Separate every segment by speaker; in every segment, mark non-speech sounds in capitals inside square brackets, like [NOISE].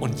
Speaker 1: Und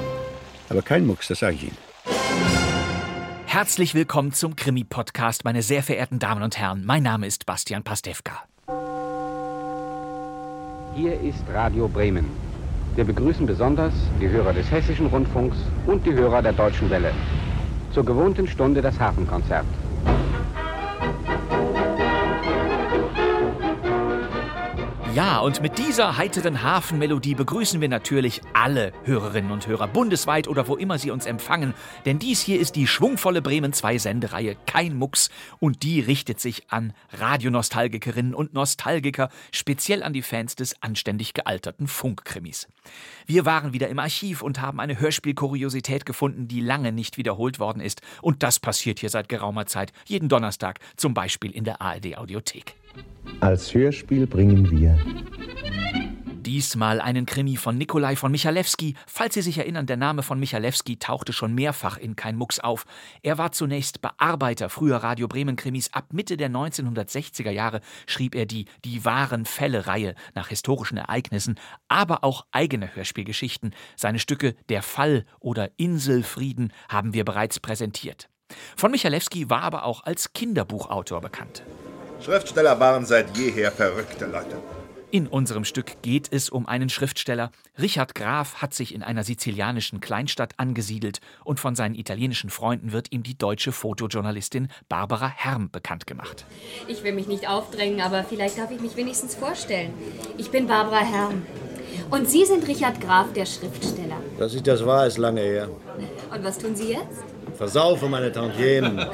Speaker 2: Aber kein Mucks, das sage ich Ihnen.
Speaker 3: Herzlich willkommen zum Krimi-Podcast, meine sehr verehrten Damen und Herren. Mein Name ist Bastian Pastewka.
Speaker 4: Hier ist Radio Bremen. Wir begrüßen besonders die Hörer des Hessischen Rundfunks und die Hörer der Deutschen Welle. Zur gewohnten Stunde das Hafenkonzert.
Speaker 3: Ja, und mit dieser heiteren Hafenmelodie begrüßen wir natürlich alle Hörerinnen und Hörer bundesweit oder wo immer sie uns empfangen, denn dies hier ist die schwungvolle Bremen 2 Sendereihe Kein Mucks und die richtet sich an Radionostalgikerinnen und Nostalgiker, speziell an die Fans des anständig gealterten Funkkrimis. Wir waren wieder im Archiv und haben eine Hörspielkuriosität gefunden, die lange nicht wiederholt worden ist und das passiert hier seit geraumer Zeit, jeden Donnerstag, zum Beispiel in der ARD Audiothek.
Speaker 5: Als Hörspiel bringen wir
Speaker 3: Diesmal einen Krimi von Nikolai von Michalewski. Falls Sie sich erinnern, der Name von Michalewski tauchte schon mehrfach in Kein Mucks auf. Er war zunächst Bearbeiter früher Radio Bremen Krimis. Ab Mitte der 1960er Jahre schrieb er die Die wahren Fälle Reihe nach historischen Ereignissen, aber auch eigene Hörspielgeschichten. Seine Stücke Der Fall oder Inselfrieden haben wir bereits präsentiert. Von Michalewski war aber auch als Kinderbuchautor bekannt.
Speaker 6: Schriftsteller waren seit jeher verrückte Leute.
Speaker 3: In unserem Stück geht es um einen Schriftsteller. Richard Graf hat sich in einer sizilianischen Kleinstadt angesiedelt und von seinen italienischen Freunden wird ihm die deutsche Fotojournalistin Barbara Herm bekannt gemacht.
Speaker 7: Ich will mich nicht aufdrängen, aber vielleicht darf ich mich wenigstens vorstellen. Ich bin Barbara Herrn. Und Sie sind Richard Graf, der Schriftsteller.
Speaker 5: Dass ich das war, ist lange her.
Speaker 7: Und was tun Sie jetzt?
Speaker 5: Versaufe meine Tantiemen.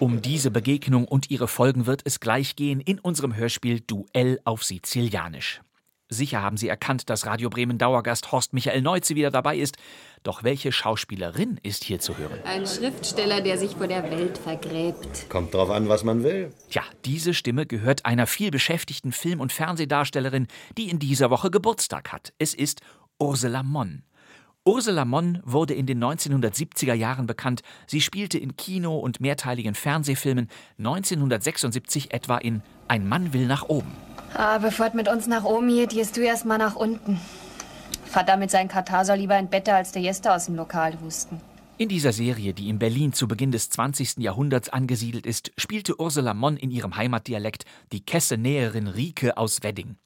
Speaker 3: Um diese Begegnung und ihre Folgen wird es gleich gehen in unserem Hörspiel Duell auf Sizilianisch. Sicher haben Sie erkannt, dass Radio Bremen Dauergast Horst Michael Neuze wieder dabei ist. Doch welche Schauspielerin ist hier zu hören?
Speaker 7: Ein Schriftsteller, der sich vor der Welt vergräbt.
Speaker 5: Kommt drauf an, was man will.
Speaker 3: Tja, diese Stimme gehört einer vielbeschäftigten Film- und Fernsehdarstellerin, die in dieser Woche Geburtstag hat. Es ist Ursula Monn. Ursula Monn wurde in den 1970er Jahren bekannt. Sie spielte in Kino- und mehrteiligen Fernsehfilmen, 1976 etwa in Ein Mann will nach oben.
Speaker 7: Ah, bevor es mit uns nach oben geht, gehst du erst mal nach unten. Vater mit seinem Katar soll lieber in Bette als der Jester aus dem Lokal husten.
Speaker 3: In dieser Serie, die in Berlin zu Beginn des 20. Jahrhunderts angesiedelt ist, spielte Ursula Monn in ihrem Heimatdialekt die Kessenäherin Rike aus Wedding.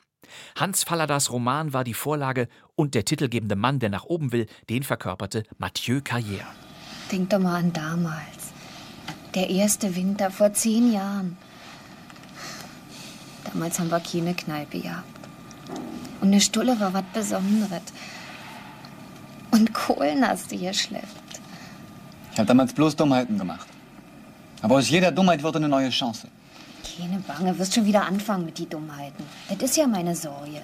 Speaker 3: Hans Falladas Roman war die Vorlage und der titelgebende Mann, der nach oben will, den verkörperte Mathieu Carrière.
Speaker 7: Denk doch mal an damals. Der erste Winter vor zehn Jahren. Damals haben wir keine Kneipe gehabt. Und eine Stulle war was Besonderes. Und Kohlen hast du hier schleppt.
Speaker 8: Ich habe damals bloß Dummheiten gemacht. Aber aus jeder Dummheit wurde eine neue Chance.
Speaker 7: Keine Bange, wirst schon wieder anfangen mit die Dummheiten. Das ist ja meine Sorge.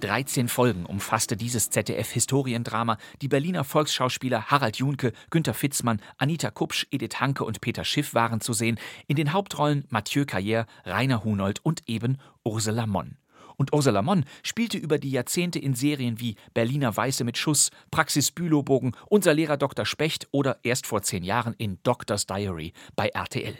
Speaker 3: 13 Folgen umfasste dieses ZDF-Historiendrama die Berliner Volksschauspieler Harald Junke, Günter Fitzmann, Anita Kupsch, Edith Hanke und Peter Schiff waren zu sehen, in den Hauptrollen Mathieu Carrière, Rainer Hunold und eben Ursula Monn. Und Ursula Monn spielte über die Jahrzehnte in Serien wie Berliner Weiße mit Schuss, Praxis Bülowbogen, Unser Lehrer Dr. Specht oder erst vor zehn Jahren in Doctor's Diary bei RTL.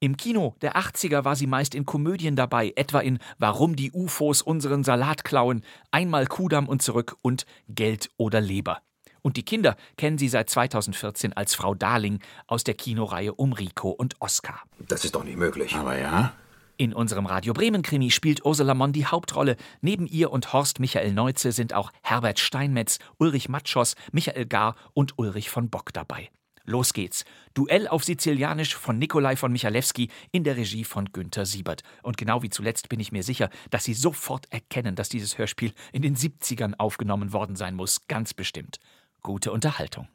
Speaker 3: Im Kino der 80er war sie meist in Komödien dabei, etwa in Warum die UFOs unseren Salat klauen, Einmal Kudamm und zurück und Geld oder Leber. Und die Kinder kennen sie seit 2014 als Frau Darling aus der Kinoreihe um Rico und Oscar.
Speaker 6: Das ist doch nicht möglich.
Speaker 2: Aber ja.
Speaker 3: In unserem Radio Bremen Krimi spielt Ursula Monn die Hauptrolle. Neben ihr und Horst Michael Neuze sind auch Herbert Steinmetz, Ulrich Matschos, Michael Gar und Ulrich von Bock dabei. Los geht's. Duell auf Sizilianisch von Nikolai von Michalewski in der Regie von Günther Siebert. Und genau wie zuletzt bin ich mir sicher, dass Sie sofort erkennen, dass dieses Hörspiel in den 70ern aufgenommen worden sein muss. Ganz bestimmt. Gute Unterhaltung.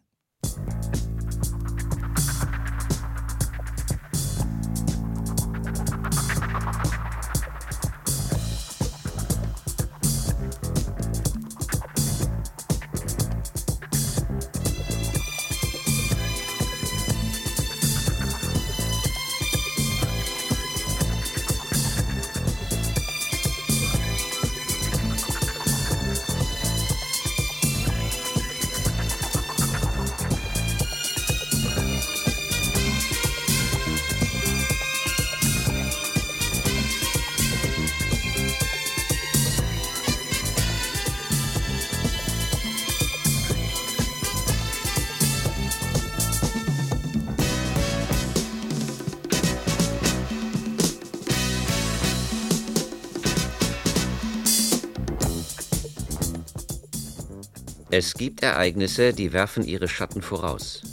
Speaker 9: Es gibt Ereignisse, die werfen ihre Schatten voraus.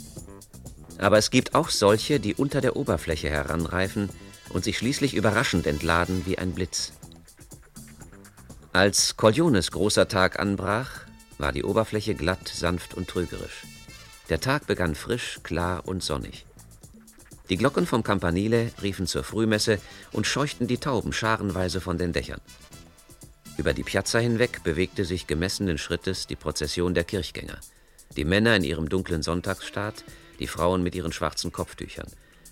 Speaker 9: Aber es gibt auch solche, die unter der Oberfläche heranreifen und sich schließlich überraschend entladen wie ein Blitz. Als Coriones großer Tag anbrach, war die Oberfläche glatt, sanft und trügerisch. Der Tag begann frisch, klar und sonnig. Die Glocken vom Campanile riefen zur Frühmesse und scheuchten die Tauben scharenweise von den Dächern. Über die Piazza hinweg bewegte sich gemessenen Schrittes die Prozession der Kirchgänger. Die Männer in ihrem dunklen Sonntagsstaat, die Frauen mit ihren schwarzen Kopftüchern,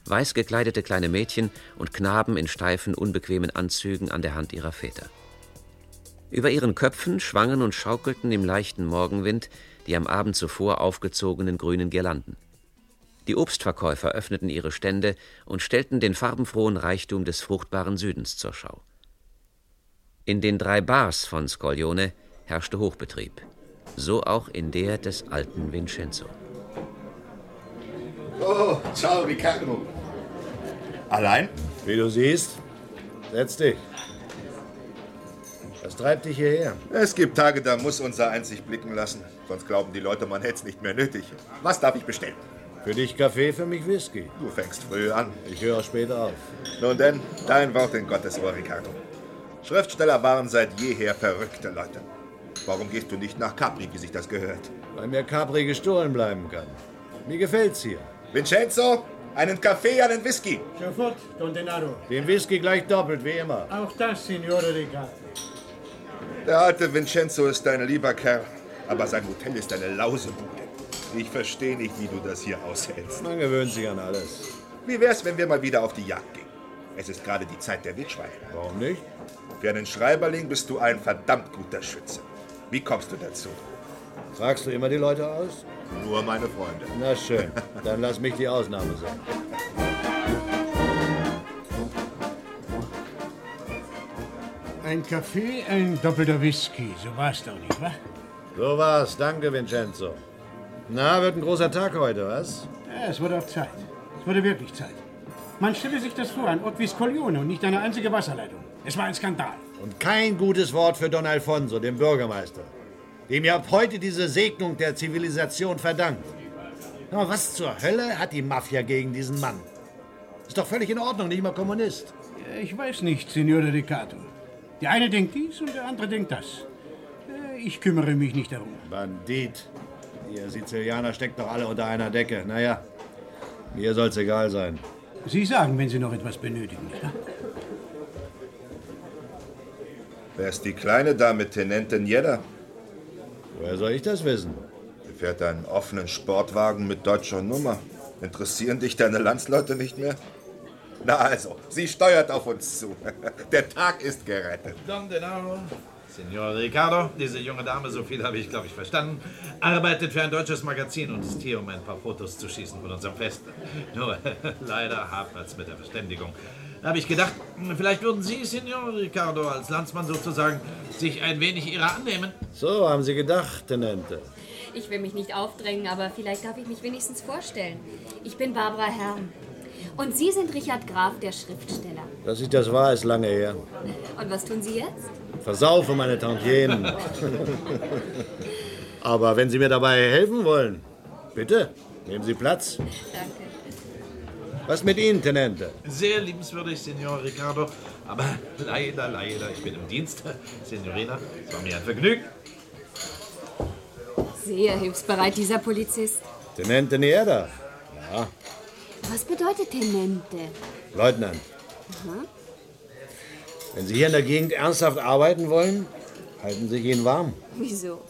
Speaker 9: weiß gekleidete kleine Mädchen und Knaben in steifen, unbequemen Anzügen an der Hand ihrer Väter. Über ihren Köpfen schwangen und schaukelten im leichten Morgenwind die am Abend zuvor aufgezogenen grünen Girlanden. Die Obstverkäufer öffneten ihre Stände und stellten den farbenfrohen Reichtum des fruchtbaren Südens zur Schau. In den drei Bars von Scoglione herrschte Hochbetrieb, so auch in der des alten Vincenzo.
Speaker 6: Oh, ciao, Riccardo.
Speaker 10: Allein? Wie du siehst. Setz dich. Was treibt dich hierher?
Speaker 6: Es gibt Tage, da muss unser eins sich blicken lassen. Sonst glauben die Leute, man hätte es nicht mehr nötig. Was darf ich bestellen?
Speaker 10: Für dich Kaffee, für mich Whisky.
Speaker 6: Du fängst früh an.
Speaker 10: Ich höre später auf.
Speaker 6: Nun denn, dein Wort in Gottes Ohr, Riccardo. Schriftsteller waren seit jeher verrückte Leute. Warum gehst du nicht nach Capri, wie sich das gehört?
Speaker 10: Weil mir Capri gestohlen bleiben kann. Mir gefällt's hier.
Speaker 6: Vincenzo, einen Kaffee, einen Whisky.
Speaker 11: Sofort, Don Denaro.
Speaker 10: Den Whisky gleich doppelt, wie immer.
Speaker 11: Auch das, Signore Regate.
Speaker 6: Der alte Vincenzo ist ein lieber Kerl, aber sein Hotel ist eine Lausebude. Ich verstehe nicht, wie du das hier aushältst.
Speaker 10: Man gewöhnt sich an alles.
Speaker 6: Wie wär's, wenn wir mal wieder auf die Jagd gingen? Es ist gerade die Zeit der Wildschweine.
Speaker 10: Warum nicht?
Speaker 6: Für einen Schreiberling bist du ein verdammt guter Schütze. Wie kommst du dazu?
Speaker 10: Fragst du immer die Leute aus?
Speaker 6: Nur meine Freunde.
Speaker 10: Na schön, dann lass mich die Ausnahme sein.
Speaker 11: Ein Kaffee, ein doppelter Whisky. So war's doch nicht, wa?
Speaker 10: So war's, danke, Vincenzo. Na, wird ein großer Tag heute, was?
Speaker 11: Ja, es wurde auch Zeit. Es wurde wirklich Zeit. Man stelle sich das vor, ein Ort wie Scoglione und nicht eine einzige Wasserleitung. Es war ein Skandal.
Speaker 10: Und kein gutes Wort für Don Alfonso, den Bürgermeister, dem ihr ab heute diese Segnung der Zivilisation verdankt. Aber was zur Hölle hat die Mafia gegen diesen Mann? Ist doch völlig in Ordnung, nicht mal Kommunist.
Speaker 11: Ja, Ich weiß nicht, Signore Ricardo. Der eine denkt dies und der andere denkt das. Äh, Ich kümmere mich nicht darum.
Speaker 10: Bandit. Ihr Sizilianer steckt doch alle unter einer Decke. Naja, mir soll's egal sein.
Speaker 11: Sie sagen, wenn Sie noch etwas benötigen. nicht wahr?
Speaker 6: Wer ist die Kleine da mit Tenente Nieder?
Speaker 10: Woher soll ich das wissen?
Speaker 6: Sie fährt einen offenen Sportwagen mit deutscher Nummer. Interessieren dich deine Landsleute nicht mehr? Na also, sie steuert auf uns zu. [LAUGHS] Der Tag ist gerettet.
Speaker 12: Don Denaro. Signor Ricardo, diese junge Dame, so viel habe ich, glaube ich, verstanden, arbeitet für ein deutsches Magazin und ist hier, um ein paar Fotos zu schießen von unserem Fest. [LAUGHS] Nur leider hapert es mit der Verständigung. Da habe ich gedacht, hm, vielleicht würden Sie, Signor Ricardo, als Landsmann sozusagen, sich ein wenig ihrer annehmen.
Speaker 10: So haben Sie gedacht, Tenente.
Speaker 13: Ich will mich nicht aufdrängen, aber vielleicht darf ich mich wenigstens vorstellen. Ich bin Barbara Herrn. Und Sie sind Richard Graf, der Schriftsteller.
Speaker 10: Dass ich das war, ist lange her.
Speaker 13: Und was tun Sie jetzt?
Speaker 10: Versaufe meine Tantiemen. Aber wenn Sie mir dabei helfen wollen, bitte, nehmen Sie Platz.
Speaker 13: Danke.
Speaker 10: Was mit Ihnen, Tenente?
Speaker 12: Sehr liebenswürdig, Signor Ricardo, aber [LAUGHS] leider, leider, ich bin im Dienst. [LAUGHS] Signorina, es war mir ein Vergnügen.
Speaker 13: Sehr hilfsbereit, dieser Polizist.
Speaker 10: Tenente Nieda. Ja,
Speaker 13: Was bedeutet Tenente?
Speaker 10: Leutnant.
Speaker 13: Aha.
Speaker 10: Wenn Sie hier in der Gegend ernsthaft arbeiten wollen, halten Sie sich ihn warm.
Speaker 13: Wieso?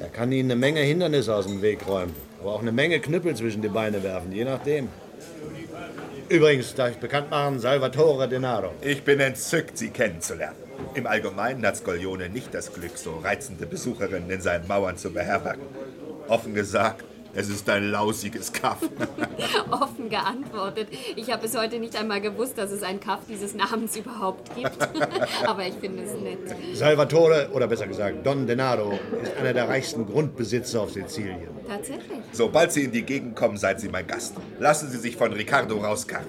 Speaker 10: Er kann Ihnen eine Menge Hindernisse aus dem Weg räumen, aber auch eine Menge Knüppel zwischen die Beine werfen, je nachdem. Übrigens, darf ich bekannt machen, Salvatore Denaro.
Speaker 6: Ich bin entzückt, sie kennenzulernen. Im Allgemeinen hat Scoglione nicht das Glück, so reizende Besucherinnen in seinen Mauern zu beherbergen. Offen gesagt, es ist ein lausiges Kaff.
Speaker 13: Offen geantwortet. Ich habe bis heute nicht einmal gewusst, dass es einen Kaff dieses Namens überhaupt gibt. [LAUGHS] aber ich finde es nett.
Speaker 10: Salvatore, oder besser gesagt Don Denaro, ist einer der reichsten Grundbesitzer auf Sizilien.
Speaker 13: Tatsächlich.
Speaker 6: Sobald Sie in die Gegend kommen, seid Sie mein Gast. Lassen Sie sich von Ricardo rauskarren.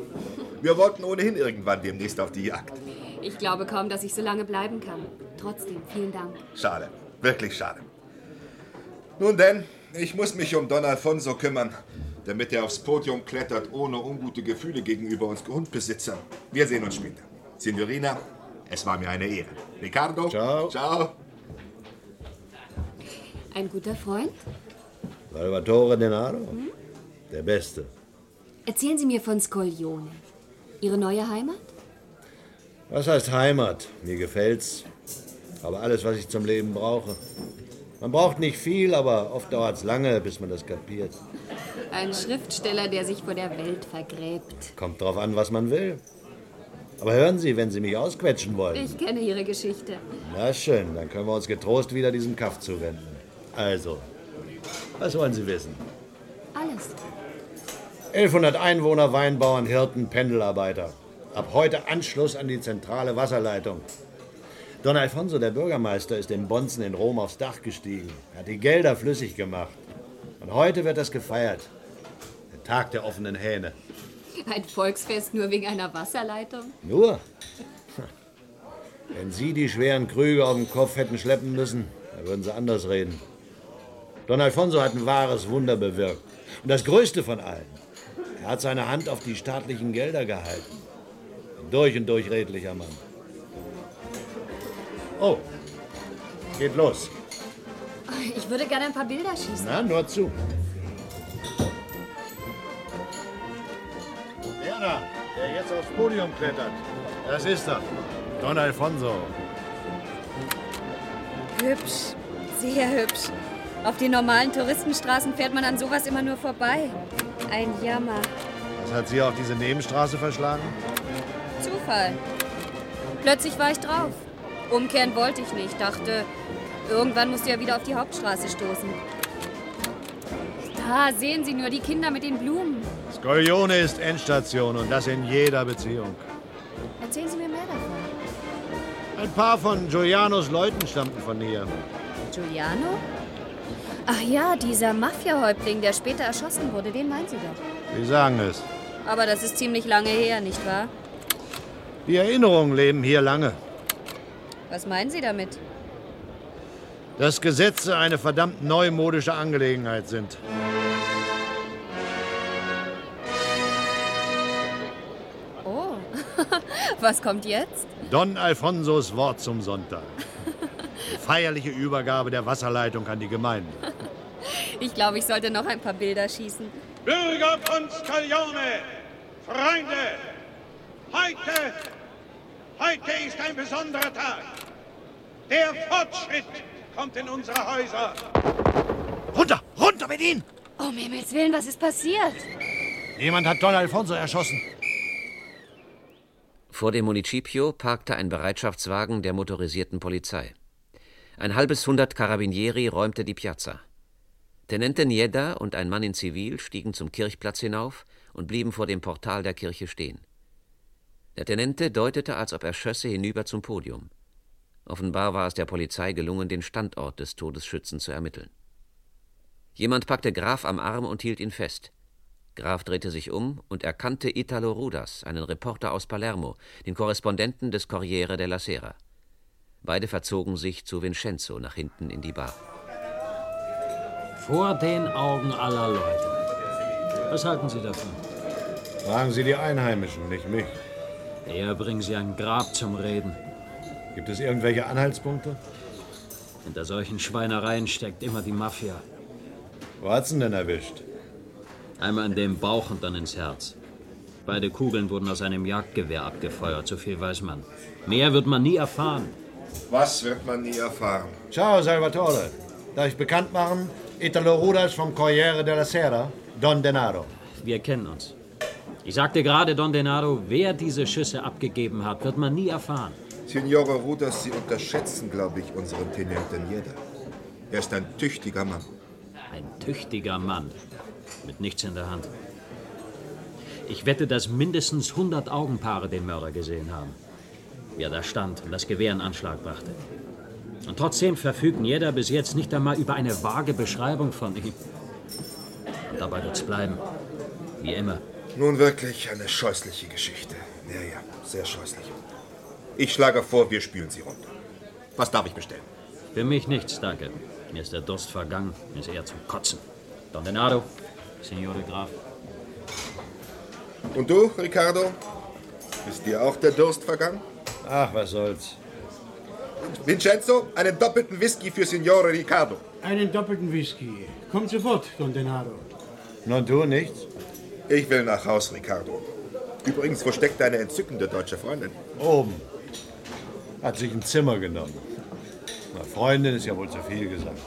Speaker 6: Wir wollten ohnehin irgendwann demnächst auf die Jagd.
Speaker 13: Ich glaube kaum, dass ich so lange bleiben kann. Trotzdem, vielen Dank.
Speaker 6: Schade, wirklich schade. Nun denn, ich muss mich um Don Alfonso kümmern, damit er aufs Podium klettert, ohne ungute Gefühle gegenüber uns Hundbesitzern. Wir sehen uns später. Signorina, es war mir eine Ehre. Ricardo, ciao. ciao.
Speaker 13: Ein guter Freund?
Speaker 10: Salvatore Denaro? Der Beste.
Speaker 13: Erzählen Sie mir von Scoglione. Ihre neue Heimat?
Speaker 10: Was heißt Heimat? Mir gefällt's. Aber alles, was ich zum Leben brauche. Man braucht nicht viel, aber oft dauert's lange, bis man das kapiert.
Speaker 13: Ein Schriftsteller, der sich vor der Welt vergräbt.
Speaker 10: Kommt drauf an, was man will. Aber hören Sie, wenn Sie mich ausquetschen wollen.
Speaker 13: Ich kenne Ihre Geschichte.
Speaker 10: Na schön, dann können wir uns getrost wieder diesem Kaff zuwenden. Also, was wollen Sie wissen?
Speaker 13: Alles.
Speaker 10: 1100 Einwohner, Weinbauern, Hirten, Pendelarbeiter. Ab heute Anschluss an die zentrale Wasserleitung. Don Alfonso, der Bürgermeister, ist dem Bonzen in Rom aufs Dach gestiegen, hat die Gelder flüssig gemacht. Und heute wird das gefeiert. Der Tag der offenen Hähne.
Speaker 13: Ein Volksfest nur wegen einer Wasserleitung?
Speaker 10: Nur? Wenn Sie die schweren Krüge auf dem Kopf hätten schleppen müssen, dann würden Sie anders reden. Don Alfonso hat ein wahres Wunder bewirkt. Und das größte von allen. Er hat seine Hand auf die staatlichen Gelder gehalten. Ein durch und durch redlicher Mann. Oh, geht los.
Speaker 13: Ich würde gerne ein paar Bilder schießen.
Speaker 10: Na, nur zu. Werner, der jetzt aufs Podium klettert. Das ist er. Don Alfonso.
Speaker 13: Hübsch. Sehr hübsch. Auf den normalen Touristenstraßen fährt man an sowas immer nur vorbei. Ein Jammer.
Speaker 10: Was hat Sie auf diese Nebenstraße verschlagen?
Speaker 13: Zufall. Plötzlich war ich drauf. Umkehren wollte ich nicht. Dachte, irgendwann musst du ja wieder auf die Hauptstraße stoßen. Da sehen Sie nur die Kinder mit den Blumen.
Speaker 10: Scoglione ist Endstation und das in jeder Beziehung.
Speaker 13: Erzählen Sie mir mehr davon.
Speaker 10: Ein paar von Giulianos Leuten stammten von hier.
Speaker 13: Giuliano? Ach ja, dieser Mafia-Häuptling, der später erschossen wurde, den meinen Sie doch.
Speaker 10: Sie sagen es.
Speaker 13: Aber das ist ziemlich lange her, nicht wahr?
Speaker 10: Die Erinnerungen leben hier lange.
Speaker 13: Was meinen Sie damit?
Speaker 10: Dass Gesetze eine verdammt neumodische Angelegenheit sind.
Speaker 13: Oh, [LAUGHS] was kommt jetzt?
Speaker 10: Don Alfonsos Wort zum Sonntag. Die feierliche Übergabe der Wasserleitung an die Gemeinde.
Speaker 13: Ich glaube, ich sollte noch ein paar Bilder schießen.
Speaker 4: Bürger von Scaglione, Freunde, heute, heute ist ein besonderer Tag. Der Fortschritt kommt in unsere Häuser.
Speaker 10: Runter, runter mit Ihnen!
Speaker 13: Um Himmels Willen, was ist passiert?
Speaker 10: Jemand hat Don Alfonso erschossen.
Speaker 9: Vor dem Municipio parkte ein Bereitschaftswagen der motorisierten Polizei. Ein halbes Hundert Carabinieri räumte die Piazza. Tenente Nieda und ein Mann in Zivil stiegen zum Kirchplatz hinauf und blieben vor dem Portal der Kirche stehen. Der Tenente deutete, als ob er schösse, hinüber zum Podium. Offenbar war es der Polizei gelungen, den Standort des Todesschützen zu ermitteln. Jemand packte Graf am Arm und hielt ihn fest. Graf drehte sich um und erkannte Italo Rudas, einen Reporter aus Palermo, den Korrespondenten des Corriere della Sera. Beide verzogen sich zu Vincenzo nach hinten in die Bar.
Speaker 14: Vor den Augen aller Leute. Was halten Sie davon?
Speaker 10: Fragen Sie die Einheimischen, nicht mich.
Speaker 14: Eher bringen Sie ein Grab zum Reden.
Speaker 10: Gibt es irgendwelche Anhaltspunkte?
Speaker 14: Hinter solchen Schweinereien steckt immer die Mafia.
Speaker 10: Wo hat's ihn denn erwischt?
Speaker 14: Einmal in den Bauch und dann ins Herz. Beide Kugeln wurden aus einem Jagdgewehr abgefeuert, so viel weiß man. Mehr wird man nie erfahren.
Speaker 6: Was wird man nie erfahren?
Speaker 10: Ciao, Salvatore. Darf ich bekannt machen? Italo Rudas vom Corriere della Sera, Don Denaro.
Speaker 14: Wir kennen uns. Ich sagte gerade Don Denaro, wer diese Schüsse abgegeben hat, wird man nie erfahren.
Speaker 6: Signore Rudas, Sie unterschätzen, glaube ich, unseren Tenente Nieda. Er ist ein tüchtiger Mann.
Speaker 14: Ein tüchtiger Mann mit nichts in der Hand. Ich wette, dass mindestens 100 Augenpaare den Mörder gesehen haben, wie er da stand und das Gewehr in Anschlag brachte. Und trotzdem verfügt jeder bis jetzt nicht einmal über eine vage Beschreibung von ihm. Und dabei wird's bleiben. Wie immer.
Speaker 6: Nun wirklich eine scheußliche Geschichte. Ja, ja, sehr scheußlich. Ich schlage vor, wir spielen sie runter. Was darf ich bestellen?
Speaker 14: Für mich nichts, danke. Mir ist der Durst vergangen. Mir ist eher zum Kotzen. Don Denado, Signore Graf.
Speaker 6: Und du, Ricardo? Ist dir auch der Durst vergangen?
Speaker 10: Ach, was soll's.
Speaker 6: Vincenzo, einen doppelten Whisky für Signore Ricardo.
Speaker 11: Einen doppelten Whisky. Kommt sofort, Don Denaro.
Speaker 6: Und du nichts? Ich will nach Haus, Ricardo. Übrigens, wo steckt deine entzückende deutsche Freundin?
Speaker 10: Oben. Hat sich ein Zimmer genommen. Na, Freundin ist ja wohl zu viel gesagt.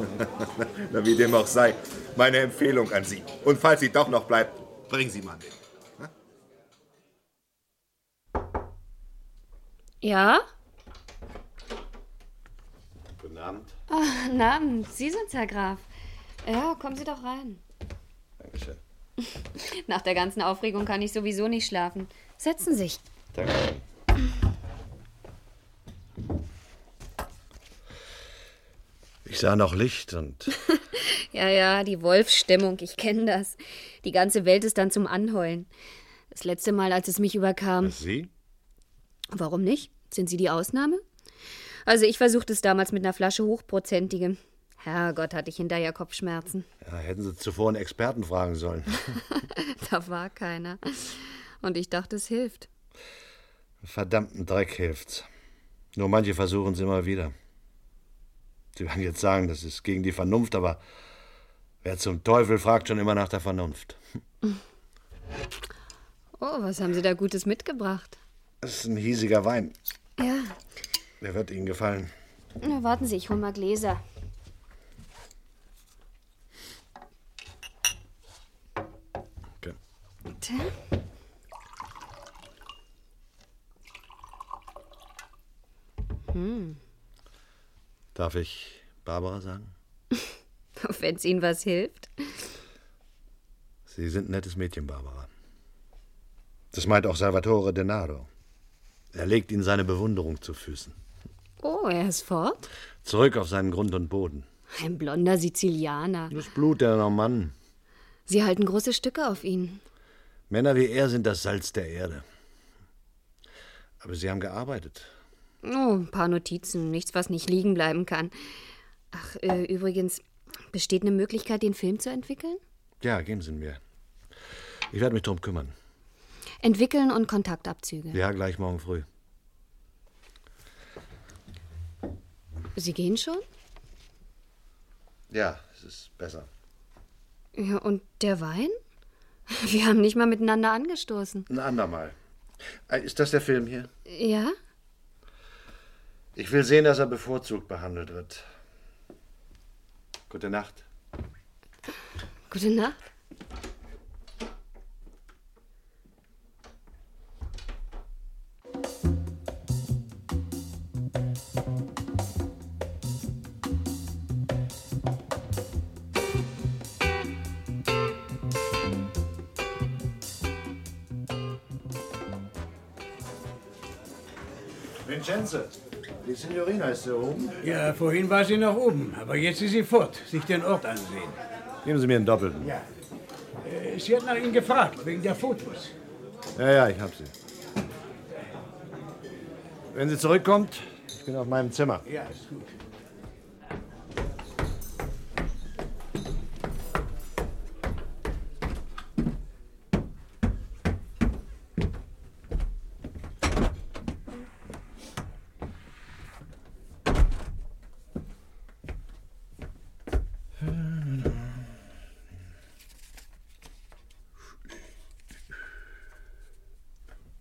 Speaker 6: [LAUGHS] Na, wie dem auch sei. Meine Empfehlung an sie. Und falls sie doch noch bleibt, bring sie mal mit.
Speaker 13: Ja?
Speaker 15: Guten Abend.
Speaker 13: Ah, guten Abend. Sie sind's, Herr Graf. Ja, kommen Sie doch rein.
Speaker 15: Dankeschön.
Speaker 13: Nach der ganzen Aufregung kann ich sowieso nicht schlafen. Setzen Sie sich.
Speaker 15: Dankeschön.
Speaker 10: Ich sah noch Licht und
Speaker 13: Ja, ja, die Wolfsstimmung, ich kenne das. Die ganze Welt ist dann zum Anheulen. Das letzte Mal, als es mich überkam.
Speaker 10: Sie?
Speaker 13: Warum nicht? Sind Sie die Ausnahme? Also, ich versuchte es damals mit einer Flasche hochprozentigem. Herrgott, hatte ich hinterher Kopfschmerzen. [LAUGHS]
Speaker 10: Ja, hätten Sie zuvor einen Experten fragen [LAUGHS] sollen.
Speaker 13: Da war keiner. Und ich dachte, es hilft.
Speaker 10: Verdammten Dreck hilft's. Nur manche versuchen es immer wieder. Sie werden jetzt sagen, das ist gegen die Vernunft, aber wer zum Teufel fragt schon immer nach der Vernunft?
Speaker 13: Oh, was haben Sie da Gutes mitgebracht?
Speaker 10: Das ist ein hiesiger Wein.
Speaker 13: Ja,
Speaker 10: Der wird Ihnen gefallen.
Speaker 13: na, warten Sie, ich hol mal Gläser.
Speaker 10: Okay.
Speaker 13: Bitte? Hm, [LAUGHS]
Speaker 10: Darf ich Barbara sagen?
Speaker 13: wenn's Ihnen was hilft.
Speaker 10: Sie sind ein nettes Mädchen, Barbara. Das meint auch Salvatore Denaro. Er legt Ihnen seine Bewunderung zu Füßen.
Speaker 13: Oh, er ist fort?
Speaker 10: Zurück auf seinen Grund und Boden.
Speaker 13: Ein blonder Sizilianer.
Speaker 10: Das Blut der Normannen.
Speaker 13: Sie halten große Stücke auf ihn.
Speaker 10: Männer wie er sind das Salz der Erde. Aber sie haben gearbeitet.
Speaker 13: Oh, ein paar Notizen, nichts, was nicht liegen bleiben kann. Ach, äh, übrigens, besteht eine Möglichkeit, den Film zu entwickeln?
Speaker 10: Ja, geben Sie ihn mir. Ich werde mich drum kümmern.
Speaker 13: Entwickeln und Kontaktabzüge.
Speaker 10: Ja, gleich morgen früh.
Speaker 13: Sie gehen schon?
Speaker 10: Ja, es ist besser.
Speaker 13: Ja, und der Wein? Wir haben nicht mal miteinander angestoßen.
Speaker 10: Ein andermal. Äh, Ist das der Film hier?
Speaker 13: Ja?
Speaker 10: Ich will sehen, dass er bevorzugt behandelt wird. Gute Nacht.
Speaker 13: Gute Nacht.
Speaker 10: Vincenzo, die Signorina ist hier oben.
Speaker 11: Ja, vorhin war sie noch oben, aber jetzt ist sie fort. Sich den Ort ansehen.
Speaker 10: Geben Sie mir einen Doppelten.
Speaker 11: Ja. Äh, Sie hat nach Ihnen gefragt, wegen der Fotos.
Speaker 10: Ja, ja, ich hab sie. Wenn sie zurückkommt, ich bin auf meinem Zimmer.
Speaker 11: Ja, ist gut.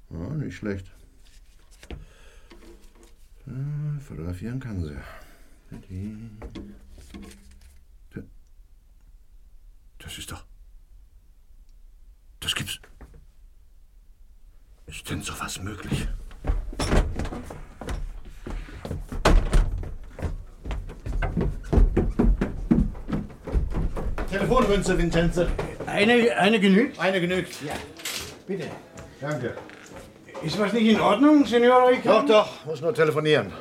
Speaker 10: Ja, nicht schlecht. Äh, Fotografieren kann sie.
Speaker 16: Das ist doch. Das gibt's. Ist denn sowas möglich?
Speaker 10: Telefonmünze, Vincenzo.
Speaker 11: Eine, eine genügt?
Speaker 10: Eine genügt. Ja.
Speaker 11: Bitte.
Speaker 10: Danke.
Speaker 11: Ist was nicht in Ordnung, Signor
Speaker 10: Doch,
Speaker 11: Ricardo?
Speaker 10: doch, muss nur telefonieren.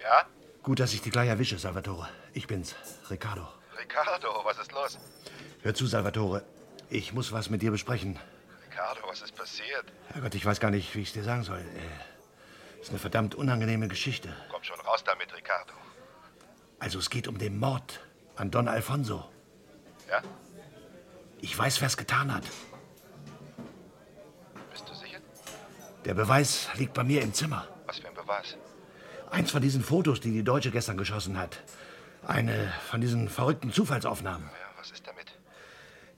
Speaker 16: Ja?
Speaker 10: Gut, dass ich dich gleich erwische, Salvatore. Ich bin's, Riccardo.
Speaker 16: Ricardo, was ist los?
Speaker 10: Hör zu, Salvatore. Ich muss was mit dir besprechen.
Speaker 6: Ricardo, was ist passiert?
Speaker 10: Herrgott, ich weiß gar nicht, wie ich es dir sagen soll. Äh, Ist eine verdammt unangenehme Geschichte.
Speaker 6: Komm schon raus damit, Ricardo.
Speaker 10: Also es geht um den Mord an Don Alfonso.
Speaker 6: Ja?
Speaker 10: Ich weiß, wer es getan hat.
Speaker 6: Bist du sicher?
Speaker 10: Der Beweis liegt bei mir im Zimmer.
Speaker 6: Was für ein Beweis?
Speaker 10: Eins von diesen Fotos, die die Deutsche gestern geschossen hat. Eine von diesen verrückten Zufallsaufnahmen.
Speaker 6: Ja, was ist damit?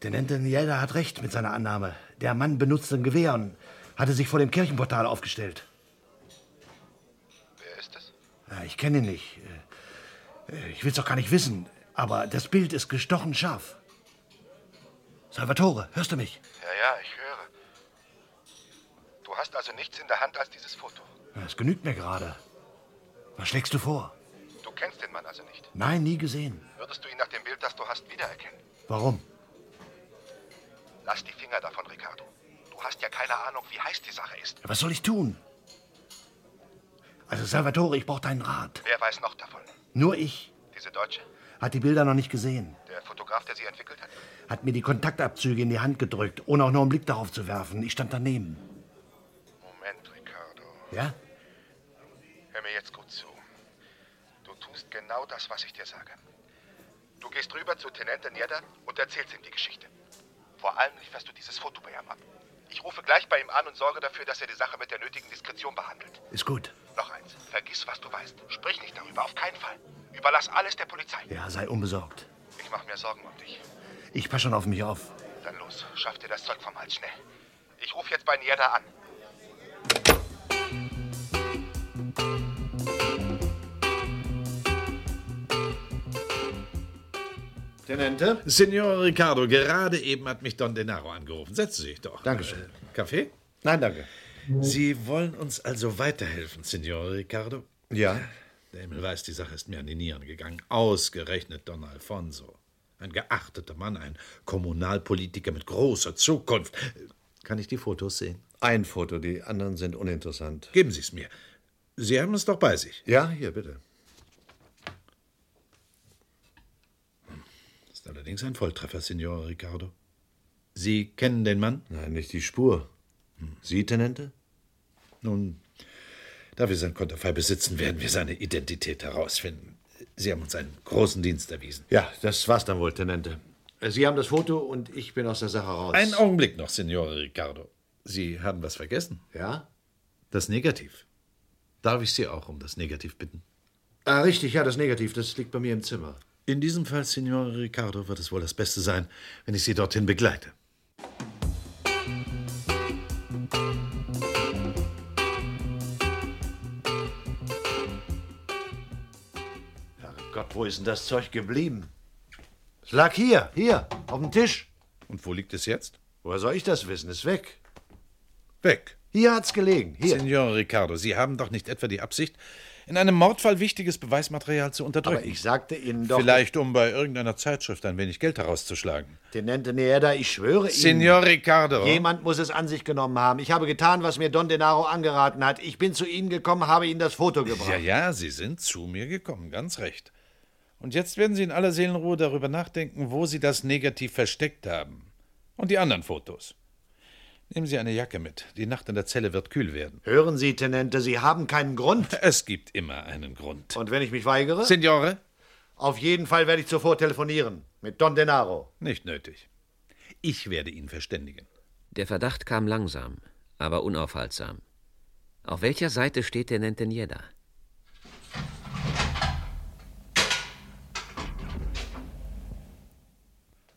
Speaker 10: Der Niella hat recht mit seiner Annahme. Der Mann benutzte ein Gewehr und hatte sich vor dem Kirchenportal aufgestellt.
Speaker 6: Wer ist es?
Speaker 10: Ja, Ah, ich kenne ihn nicht. Äh, Ich will's doch gar nicht wissen. Aber das Bild ist gestochen scharf. Salvatore, hörst du mich?
Speaker 6: Ja, ja, ich höre. Du hast also nichts in der Hand als dieses Foto.
Speaker 10: Ja, Das genügt mir gerade. Was schlägst du vor?
Speaker 6: Du kennst den Mann also nicht.
Speaker 10: Nein, nie gesehen.
Speaker 6: Würdest du ihn nach dem Bild, das du hast, wiedererkennen?
Speaker 10: Warum?
Speaker 6: Lass die Finger davon, Ricardo. Du hast ja keine Ahnung, wie heiß die Sache ist.
Speaker 10: Ja, Was soll ich tun? Also, Salvatore, ich brauche deinen Rat.
Speaker 6: Wer weiß noch davon?
Speaker 10: Nur ich.
Speaker 6: Diese Deutsche?
Speaker 10: Hat die Bilder noch nicht gesehen.
Speaker 6: Der Fotograf, der sie entwickelt hat?
Speaker 10: Hat mir die Kontaktabzüge in die Hand gedrückt, ohne auch nur einen Blick darauf zu werfen. Ich stand daneben.
Speaker 6: Moment, Ricardo.
Speaker 10: Ja?
Speaker 6: Hör mir jetzt gut zu. Du tust genau das, was ich dir sage. Du gehst rüber zu Tenente Nierda und erzählst ihm die Geschichte. Vor allem lieferst du dieses Foto bei ihm ab. Ich rufe gleich bei ihm an und sorge dafür, dass er die Sache mit der nötigen Diskretion behandelt.
Speaker 10: Ist gut.
Speaker 6: Noch eins, vergiss, was du weißt. Sprich nicht darüber, auf keinen Fall. Überlass alles der Polizei.
Speaker 10: Ja, sei um- unbesorgt.
Speaker 6: Ich mache mir Sorgen um dich.
Speaker 10: Ich passe schon auf mich auf.
Speaker 6: Dann los, schaff dir das Zeug vom Hals schnell. Ich rufe jetzt bei Nierda an.
Speaker 12: Tenente? Signor Ricardo, gerade eben hat mich Don Denaro angerufen. Setzen Sie sich doch. Dankeschön. Äh, Kaffee?
Speaker 17: Nein, danke.
Speaker 12: Sie wollen uns also weiterhelfen, Signor Ricardo?
Speaker 17: Ja.
Speaker 12: Der Himmel weiß, die Sache ist mir an die Nieren gegangen. Ausgerechnet Don Alfonso. Ein geachteter Mann, ein Kommunalpolitiker mit großer Zukunft. Kann ich die Fotos sehen?
Speaker 17: Ein Foto, die anderen sind uninteressant.
Speaker 12: Geben Sie es mir. Sie haben es doch bei sich.
Speaker 17: Ja, hier, bitte.
Speaker 12: Ist allerdings ein Volltreffer, Signor Ricardo. Sie kennen den Mann?
Speaker 17: Nein, nicht die Spur. Sie, Tenente?
Speaker 12: Hm. Nun, da wir sein Konterfei besitzen, werden wir seine Identität herausfinden. Sie haben uns einen großen Dienst erwiesen.
Speaker 17: Ja, das war's dann wohl, Tenente. Äh, Sie haben das Foto und ich bin aus der Sache raus.
Speaker 12: Einen Augenblick noch, Signore Ricardo. Sie haben was vergessen.
Speaker 17: Ja?
Speaker 12: Das Negativ. Darf ich Sie auch um das Negativ bitten?
Speaker 17: Ah, richtig, ja, das Negativ, das liegt bei mir im Zimmer.
Speaker 12: In diesem Fall, Signore Ricardo, wird es wohl das Beste sein, wenn ich Sie dorthin begleite.
Speaker 17: Gott, wo ist denn das Zeug geblieben? Es lag hier, hier, auf dem Tisch.
Speaker 12: Und wo liegt es jetzt?
Speaker 17: Woher soll ich das wissen? Ist weg.
Speaker 12: Weg.
Speaker 17: Hier hat's gelegen. Hier.
Speaker 12: Signor Ricardo, Sie haben doch nicht etwa die Absicht, in einem Mordfall wichtiges Beweismaterial zu unterdrücken.
Speaker 17: Aber ich sagte Ihnen doch.
Speaker 12: Vielleicht, um bei irgendeiner Zeitschrift ein wenig Geld herauszuschlagen.
Speaker 17: Tenente Needa, ich schwöre Ihnen.
Speaker 12: Signor Ricardo.
Speaker 17: Jemand muss es an sich genommen haben. Ich habe getan, was mir Don Denaro angeraten hat. Ich bin zu Ihnen gekommen, habe Ihnen das Foto gebracht.
Speaker 12: Ja, ja, Sie sind zu mir gekommen, ganz recht. Und jetzt werden Sie in aller Seelenruhe darüber nachdenken, wo Sie das Negativ versteckt haben. Und die anderen Fotos. Nehmen Sie eine Jacke mit. Die Nacht in der Zelle wird kühl werden.
Speaker 17: Hören Sie, Tenente, Sie haben keinen Grund.
Speaker 12: Es gibt immer einen Grund.
Speaker 17: Und wenn ich mich weigere?
Speaker 12: Signore?
Speaker 17: Auf jeden Fall werde ich zuvor telefonieren. Mit Don Denaro.
Speaker 12: Nicht nötig. Ich werde ihn verständigen.
Speaker 9: Der Verdacht kam langsam, aber unaufhaltsam. Auf welcher Seite steht der Nentenieda?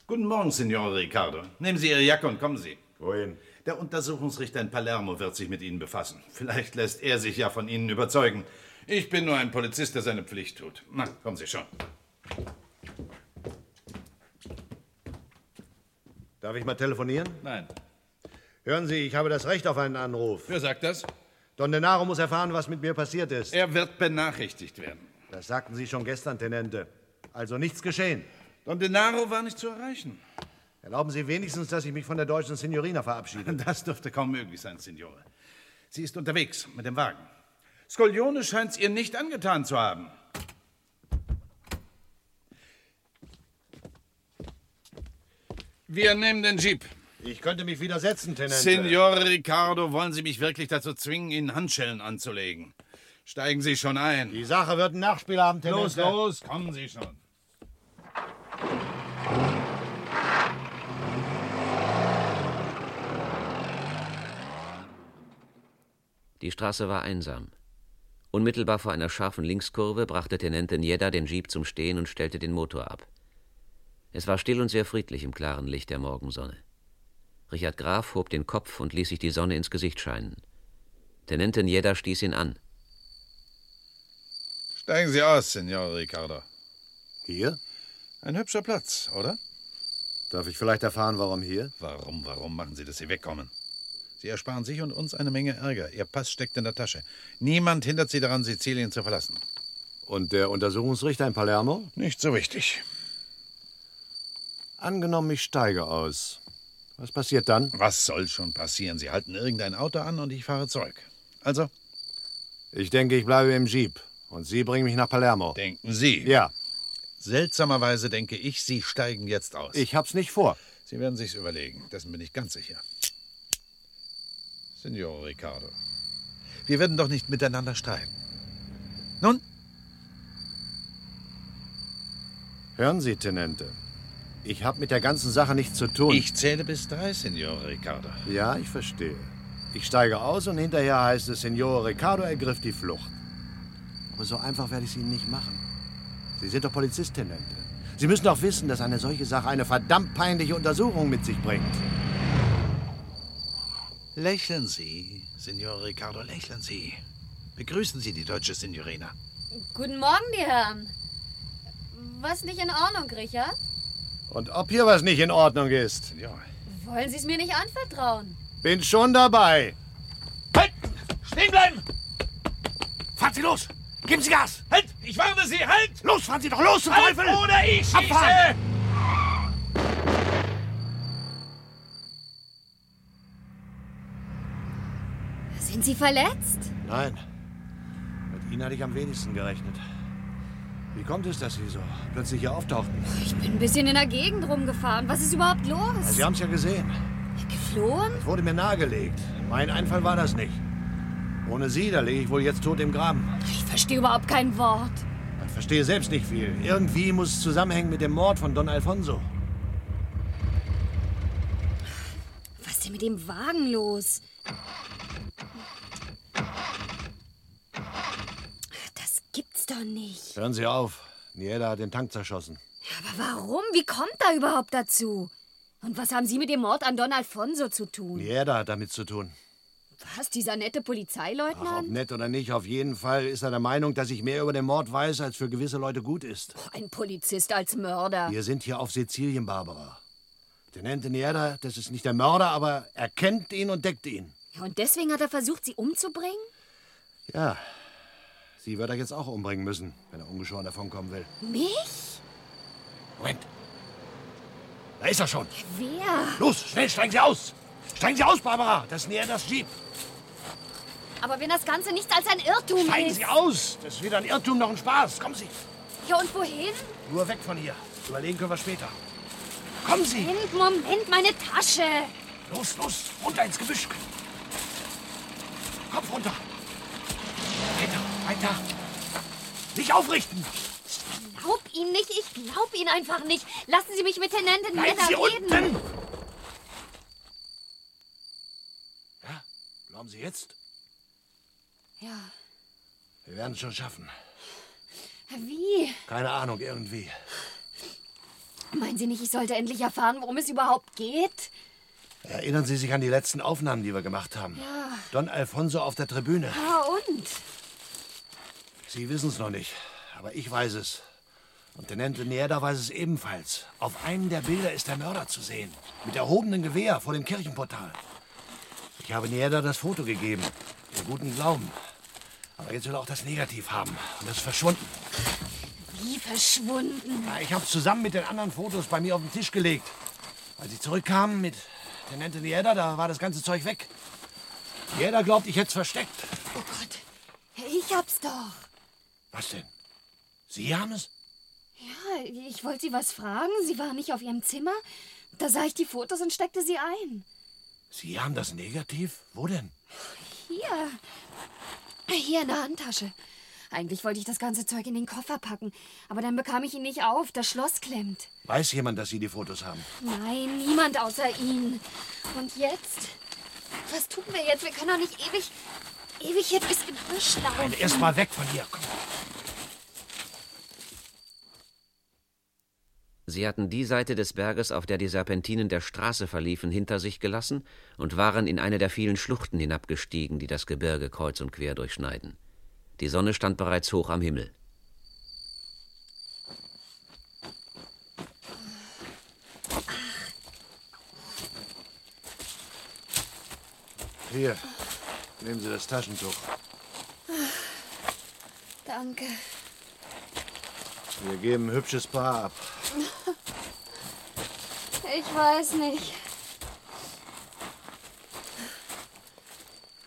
Speaker 12: Guten Morgen, Signore Ricardo. Nehmen Sie Ihre Jacke und kommen Sie. Wohin? Der Untersuchungsrichter in Palermo wird sich mit Ihnen befassen. Vielleicht lässt er sich ja von Ihnen überzeugen. Ich bin nur ein Polizist, der seine Pflicht tut. Na, kommen Sie schon.
Speaker 17: Darf ich mal telefonieren?
Speaker 12: Nein.
Speaker 17: Hören Sie, ich habe das Recht auf einen Anruf.
Speaker 12: Wer sagt das?
Speaker 17: Don Denaro muss erfahren, was mit mir passiert ist.
Speaker 12: Er wird benachrichtigt werden.
Speaker 17: Das sagten Sie schon gestern, Tenente. Also nichts geschehen.
Speaker 12: Don Denaro war nicht zu erreichen.
Speaker 17: Erlauben Sie wenigstens, dass ich mich von der deutschen Signorina verabschiede.
Speaker 12: [LAUGHS] Das dürfte kaum möglich sein, Signore. Sie ist unterwegs mit dem Wagen. Skolione scheint es ihr nicht angetan zu haben. Wir nehmen den Jeep.
Speaker 18: Ich könnte mich widersetzen, Tenente.
Speaker 12: Senor Ricardo, wollen Sie mich wirklich dazu zwingen, Ihnen Handschellen anzulegen? Steigen Sie schon ein. Die
Speaker 18: Sache wird ein Nachspiel haben, Tenente.
Speaker 12: Los, los, kommen Sie schon.
Speaker 9: Die Straße war einsam. Unmittelbar vor einer scharfen Linkskurve brachte Tenente Nieda den Jeep zum Stehen und stellte den Motor ab. Es war still und sehr friedlich im klaren Licht der Morgensonne. Richard Graf hob den Kopf und ließ sich die Sonne ins Gesicht scheinen. Tenente Nieda stieß ihn an.
Speaker 12: Steigen Sie aus, Senor Ricardo. Hier? Ein hübscher Platz, oder? Darf ich vielleicht erfahren, warum hier? Warum, warum machen Sie, dass Sie wegkommen? Sie ersparen sich und uns eine Menge Ärger. Ihr Pass steckt in der Tasche. Niemand hindert Sie daran, Sizilien zu verlassen.
Speaker 10: Und der Untersuchungsrichter in Palermo?
Speaker 12: Nicht so wichtig.
Speaker 10: Angenommen, ich steige aus. Was passiert dann?
Speaker 12: Was soll schon passieren? Sie halten irgendein Auto an und ich fahre zurück. Also?
Speaker 10: Ich denke, ich bleibe im Jeep. Und Sie bringen mich nach Palermo.
Speaker 12: Denken Sie?
Speaker 10: Ja.
Speaker 12: Seltsamerweise denke ich, Sie steigen jetzt aus.
Speaker 10: Ich hab's nicht vor.
Speaker 12: Sie werden sich's überlegen. Dessen bin ich ganz sicher. Signor Ricardo, wir werden doch nicht miteinander streiten. Nun?
Speaker 10: Hören Sie, Tenente. Ich habe mit der ganzen Sache nichts zu tun.
Speaker 12: Ich zähle bis drei, Signor Ricardo.
Speaker 10: Ja, ich verstehe. Ich steige aus und hinterher heißt es, Signore Ricardo ergriff die Flucht. Aber so einfach werde ich es Ihnen nicht machen. Sie sind doch Polizist, Tenente. Sie müssen doch wissen, dass eine solche Sache eine verdammt peinliche Untersuchung mit sich bringt.
Speaker 12: Lächeln Sie, Signor Ricardo, lächeln Sie. Begrüßen Sie die deutsche Signorina.
Speaker 13: Guten Morgen, die Herren. Was nicht in Ordnung, Richard?
Speaker 10: Und ob hier was nicht in Ordnung ist.
Speaker 13: Wollen Sie es mir nicht anvertrauen?
Speaker 10: Bin schon dabei.
Speaker 4: Stehen bleiben! Fahren Sie los! Geben Sie Gas! Halt! Ich warne Sie! Halt! Los, fahren Sie doch los, zum halt, Teufel! oder ich schieße!
Speaker 10: Abfahren!
Speaker 13: Sind Sie verletzt?
Speaker 10: Nein. Mit Ihnen hatte ich am wenigsten gerechnet. Wie kommt es, dass Sie so plötzlich hier auftauchten?
Speaker 13: Ich Bin ein bisschen in der Gegend rumgefahren. Was ist überhaupt los?
Speaker 10: Sie haben es ja gesehen.
Speaker 13: Geflohen?
Speaker 10: Es wurde mir nahegelegt. Mein Einfall war das nicht. Ohne Sie, da lege ich wohl jetzt tot im Graben.
Speaker 13: Ich verstehe überhaupt kein Wort.
Speaker 10: Ich verstehe selbst nicht viel. Irgendwie muss es zusammenhängen mit dem Mord von Don Alfonso.
Speaker 13: Was ist denn mit dem Wagen los? Das gibt's doch nicht.
Speaker 10: Hören Sie auf. Nieda hat den Tank zerschossen.
Speaker 13: Aber warum? Wie kommt da überhaupt dazu? Und was haben Sie mit dem Mord an Don Alfonso zu tun?
Speaker 10: Nieda hat damit zu tun.
Speaker 13: Was, dieser nette Polizeileutnant?
Speaker 10: Nett oder nicht, auf jeden Fall ist er der Meinung, dass ich mehr über den Mord weiß, als für gewisse Leute gut ist.
Speaker 13: Ein Polizist als Mörder.
Speaker 10: Wir sind hier auf Sizilien, Barbara. Tenente Nieda, das ist nicht der Mörder, aber er kennt ihn und deckt ihn.
Speaker 13: Und deswegen hat er versucht, Sie umzubringen?
Speaker 10: Ja, sie wird er jetzt auch umbringen müssen, wenn er ungeschoren davonkommen will.
Speaker 13: Mich?
Speaker 10: Moment. Da ist er schon.
Speaker 13: Wer?
Speaker 10: Los, schnell, steigen Sie aus! Steigen Sie aus, Barbara! Das ist näher das Jeep.
Speaker 13: Aber wenn das Ganze nichts als ein Irrtum
Speaker 10: Steigen
Speaker 13: ist.
Speaker 10: Sie aus! Das ist weder ein Irrtum noch ein Spaß. Kommen Sie!
Speaker 13: Ja, und wohin?
Speaker 10: Nur weg von hier. Überlegen können wir später. Kommen Sie!
Speaker 13: Moment, Moment, meine Tasche.
Speaker 10: Los, los! Runter ins Gebüsch! Kopf runter! Weiter, weiter! Sich aufrichten!
Speaker 13: Glaub ihn nicht, ich glaub ihn einfach nicht. Lassen Sie mich mit Tenente Neda
Speaker 10: Sie
Speaker 13: reden.
Speaker 10: unten! Ja, glauben Sie jetzt?
Speaker 13: Ja,
Speaker 10: Wir werden es schon schaffen.
Speaker 13: wie?
Speaker 10: Keine Ahnung, irgendwie.
Speaker 13: Meinen Sie nicht, ich sollte endlich erfahren, worum es überhaupt geht?
Speaker 10: Erinnern Sie sich an die letzten Aufnahmen, die wir gemacht haben?
Speaker 13: Ja.
Speaker 10: Don Alfonso auf der Tribüne.
Speaker 13: Ah, und?
Speaker 10: Sie wissen es noch nicht, aber ich weiß es. Und Tenente Nerda weiß es ebenfalls. Auf einem der Bilder ist der Mörder zu sehen. Mit erhobenem Gewehr vor dem Kirchenportal. Ich habe Nerda das Foto gegeben. Im guten Glauben. Aber jetzt will er auch das Negativ haben. Und das ist verschwunden.
Speaker 13: Wie verschwunden?
Speaker 10: Ja, ich habe es zusammen mit den anderen Fotos bei mir auf den Tisch gelegt. Als ich zurückkam mit Tenente Nerda, da war das ganze Zeug weg. Nerda glaubt, ich hätte es versteckt.
Speaker 13: Oh Gott, ich hab's doch.
Speaker 10: Was denn? Sie haben es?
Speaker 13: Ja, ich wollte Sie was fragen. Sie waren nicht auf Ihrem Zimmer.
Speaker 7: Da sah ich die Fotos und steckte sie ein.
Speaker 10: Sie haben das negativ? Wo denn?
Speaker 7: Hier. Hier in der Handtasche. Eigentlich wollte ich das ganze Zeug in den Koffer packen, aber dann bekam ich ihn nicht auf. Das Schloss klemmt.
Speaker 10: Weiß jemand, dass Sie die Fotos haben?
Speaker 7: Nein, niemand außer ihn. Und jetzt? Was tun wir jetzt? Wir können doch nicht ewig, ewig hier durchs Gebüsch laufen.
Speaker 10: Und erst mal weg von hier. Komm.
Speaker 9: Sie hatten die Seite des Berges, auf der die Serpentinen der Straße verliefen, hinter sich gelassen und waren in eine der vielen Schluchten hinabgestiegen, die das Gebirge kreuz und quer durchschneiden. Die Sonne stand bereits hoch am Himmel.
Speaker 10: Hier, nehmen Sie das Taschentuch.
Speaker 7: Danke.
Speaker 10: Wir geben ein hübsches Paar ab.
Speaker 7: Ich weiß nicht.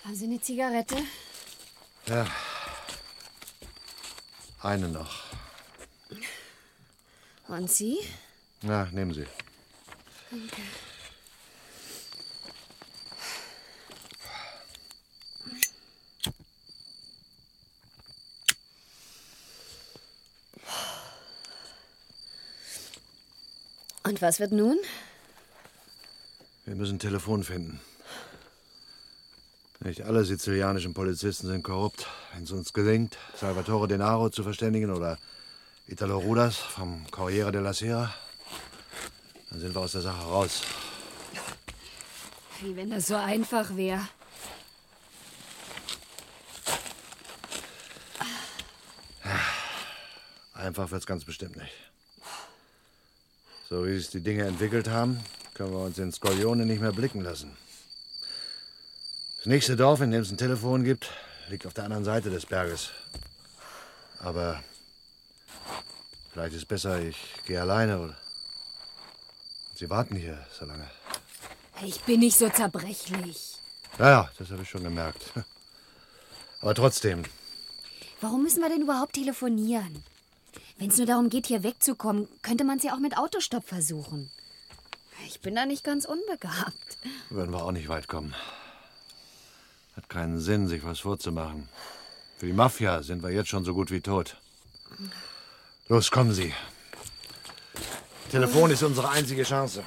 Speaker 7: Haben Sie eine Zigarette?
Speaker 10: Ja. Eine noch.
Speaker 7: Und Sie?
Speaker 10: Na, nehmen Sie.
Speaker 7: Danke. Und was wird nun?
Speaker 10: Wir müssen ein Telefon finden. Nicht alle sizilianischen Polizisten sind korrupt. Wenn es uns gelingt, Salvatore Denaro zu verständigen oder Italo Rudas vom Corriere della Sera, dann sind wir aus der Sache raus.
Speaker 7: Wie wenn das so einfach wäre.
Speaker 10: Einfach wird's ganz bestimmt nicht. So wie sich die Dinge entwickelt haben, können wir uns in Skolione nicht mehr blicken lassen. Das nächste Dorf, in dem es ein Telefon gibt, liegt auf der anderen Seite des Berges. Aber vielleicht ist besser, ich gehe alleine. Oder? Sie warten hier so lange.
Speaker 13: Ich bin nicht so zerbrechlich.
Speaker 10: Ja, ja, das habe ich schon gemerkt. [LAUGHS] Aber trotzdem,
Speaker 13: Warum müssen wir denn überhaupt telefonieren? Wenn es nur darum geht, hier wegzukommen, könnte man es ja auch mit Autostopp versuchen. Ich bin da nicht ganz unbegabt.
Speaker 10: würden wir auch nicht weit kommen. Hat keinen Sinn, sich was vorzumachen. Für die Mafia sind wir jetzt schon so gut wie tot. Los, kommen Sie. Telefon ist unsere einzige Chance.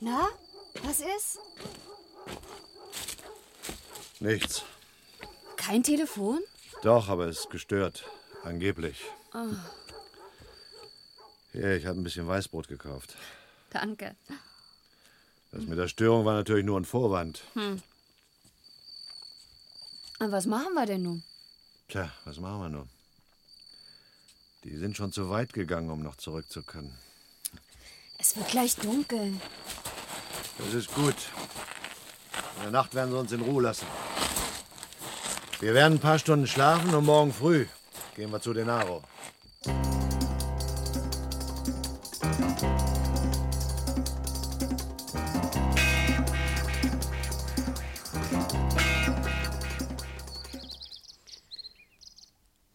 Speaker 7: Na, was ist?
Speaker 10: Nichts.
Speaker 13: Kein Telefon?
Speaker 10: Doch, aber es ist gestört. Angeblich.
Speaker 13: Oh,
Speaker 10: Hier, ich habe ein bisschen Weißbrot gekauft.
Speaker 7: danke.
Speaker 10: Das mit der Störung war natürlich nur ein Vorwand.
Speaker 13: hm. Und was machen wir denn nun?
Speaker 10: Tja, was machen wir nun? Die sind schon zu weit gegangen, um noch zurückzukommen.
Speaker 13: Es wird gleich dunkel.
Speaker 10: Das ist gut. In der Nacht werden sie uns in Ruhe lassen. Wir werden ein paar Stunden schlafen und morgen früh gehen wir zu Denaro.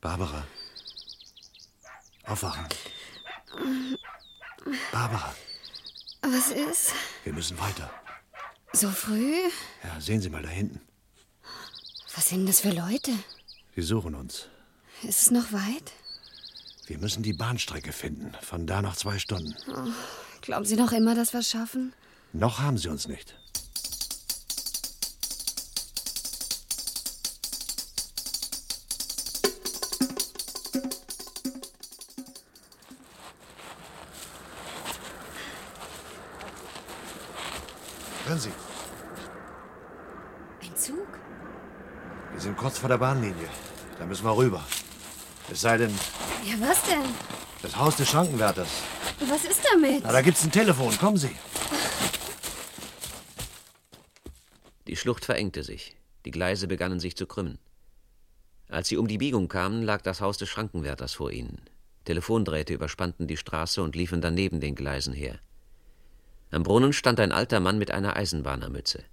Speaker 10: Barbara. Aufwachen. Barbara,
Speaker 7: Was ist?
Speaker 10: wir müssen weiter.
Speaker 7: So früh?
Speaker 10: Ja, sehen Sie mal da hinten.
Speaker 7: Was sind das für Leute?
Speaker 10: Sie suchen uns.
Speaker 7: Ist es noch weit?
Speaker 10: Wir müssen die Bahnstrecke finden. Von da nach zwei Stunden.
Speaker 7: Oh, glauben Sie noch immer, dass wir es schaffen?
Speaker 10: Noch haben sie uns nicht. Hören Sie,
Speaker 7: Ein Zug?
Speaker 10: wir sind kurz vor der Bahnlinie. Da müssen wir rüber. Es sei denn,
Speaker 7: Ja, was denn?
Speaker 10: das Haus des Schrankenwärters.
Speaker 7: Was ist damit?
Speaker 10: Na, da gibt's ein Telefon. Kommen Sie.
Speaker 9: Die Schlucht verengte sich, die Gleise begannen sich zu krümmen. Als sie um die Biegung kamen, lag das Haus des Schrankenwärters vor ihnen. Telefondrähte überspannten die Straße und liefen daneben den Gleisen her. Am Brunnen stand ein alter Mann mit einer Eisenbahnermütze.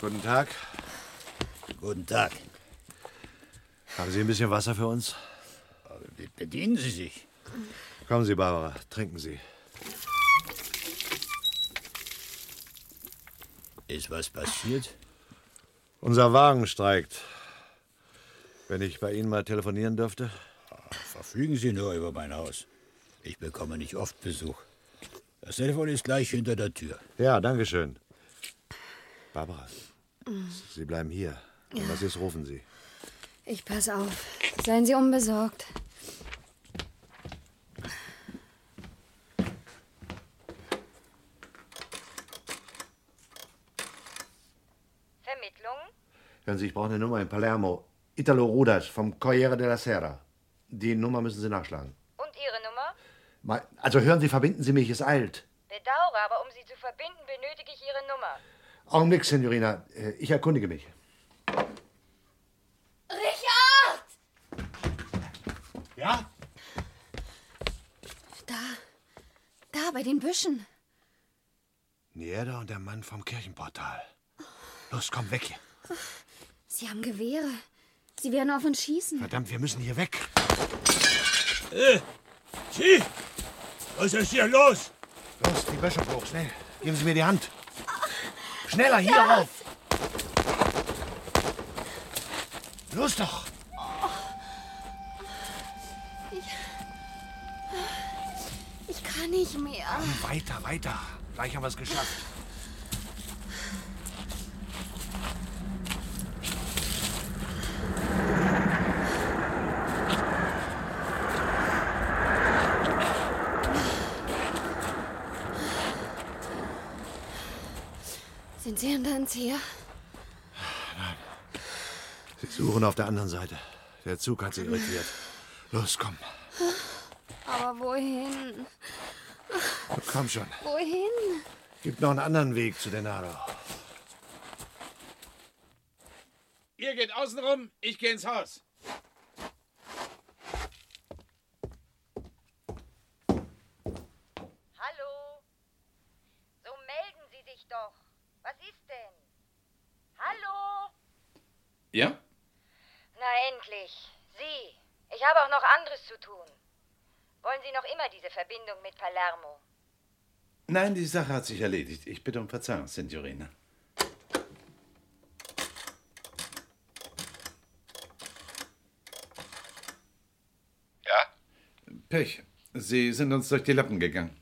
Speaker 10: Guten Tag.
Speaker 11: Guten Tag.
Speaker 10: Haben Sie ein bisschen Wasser für uns?
Speaker 11: Bedienen Sie sich.
Speaker 10: Kommen Sie, Barbara, trinken Sie.
Speaker 11: Ist was passiert?
Speaker 10: Unser Wagen streikt. Wenn ich bei Ihnen mal telefonieren dürfte?
Speaker 11: Verfügen Sie nur über mein Haus. Ich bekomme nicht oft Besuch. Das Telefon ist gleich hinter der Tür.
Speaker 10: Ja, danke schön. Barbara, Sie bleiben hier. Wenn
Speaker 13: Ja.
Speaker 10: was ist, rufen Sie.
Speaker 13: Ich pass auf. Seien Sie unbesorgt.
Speaker 19: Vermittlung?
Speaker 10: Hören Sie, ich brauche eine Nummer in Palermo. Italo Rodas vom Corriere della Sera. Die Nummer müssen Sie nachschlagen.
Speaker 19: Und Ihre Nummer?
Speaker 10: Also hören Sie, verbinden Sie mich, es eilt.
Speaker 19: Bedauere, aber um Sie zu verbinden, benötige ich Ihre Nummer.
Speaker 10: Augenblick, Signorina. Äh, Ich erkundige mich.
Speaker 13: Richard!
Speaker 10: Ja?
Speaker 13: Da, bei den Büschen.
Speaker 10: Nieder und der Mann vom Kirchenportal. Los, komm weg hier.
Speaker 13: Sie haben Gewehre. Sie werden auf uns schießen.
Speaker 10: Verdammt, wir müssen hier weg.
Speaker 11: Äh, Sie? Was ist hier los?
Speaker 10: Los, die Böschung hoch, schnell. Geben Sie mir die Hand. Schneller, hier rauf. Los doch.
Speaker 13: Ich kann nicht mehr.
Speaker 10: Weiter, weiter. Gleich haben wir es geschafft.
Speaker 13: Sind Sie hinter uns her?
Speaker 10: Sie suchen auf der anderen Seite. Der Zug hat sie irritiert. Los, komm.
Speaker 13: Aber wohin?
Speaker 10: Komm schon.
Speaker 13: Wohin?
Speaker 10: Gibt noch einen anderen Weg zu Denaro.
Speaker 20: Ihr geht außen rum, ich gehe ins Haus.
Speaker 19: Hallo? So melden Sie sich doch. Was ist denn? Hallo?
Speaker 12: Ja?
Speaker 19: Na endlich. Sie. Ich habe auch noch anderes zu tun. Wollen Sie noch immer diese Verbindung mit Palermo?
Speaker 12: Nein, die Sache hat sich erledigt. Ich bitte um Verzeihung, Signorina.
Speaker 6: Ja?
Speaker 12: Pech. Sie sind uns durch die Lappen gegangen.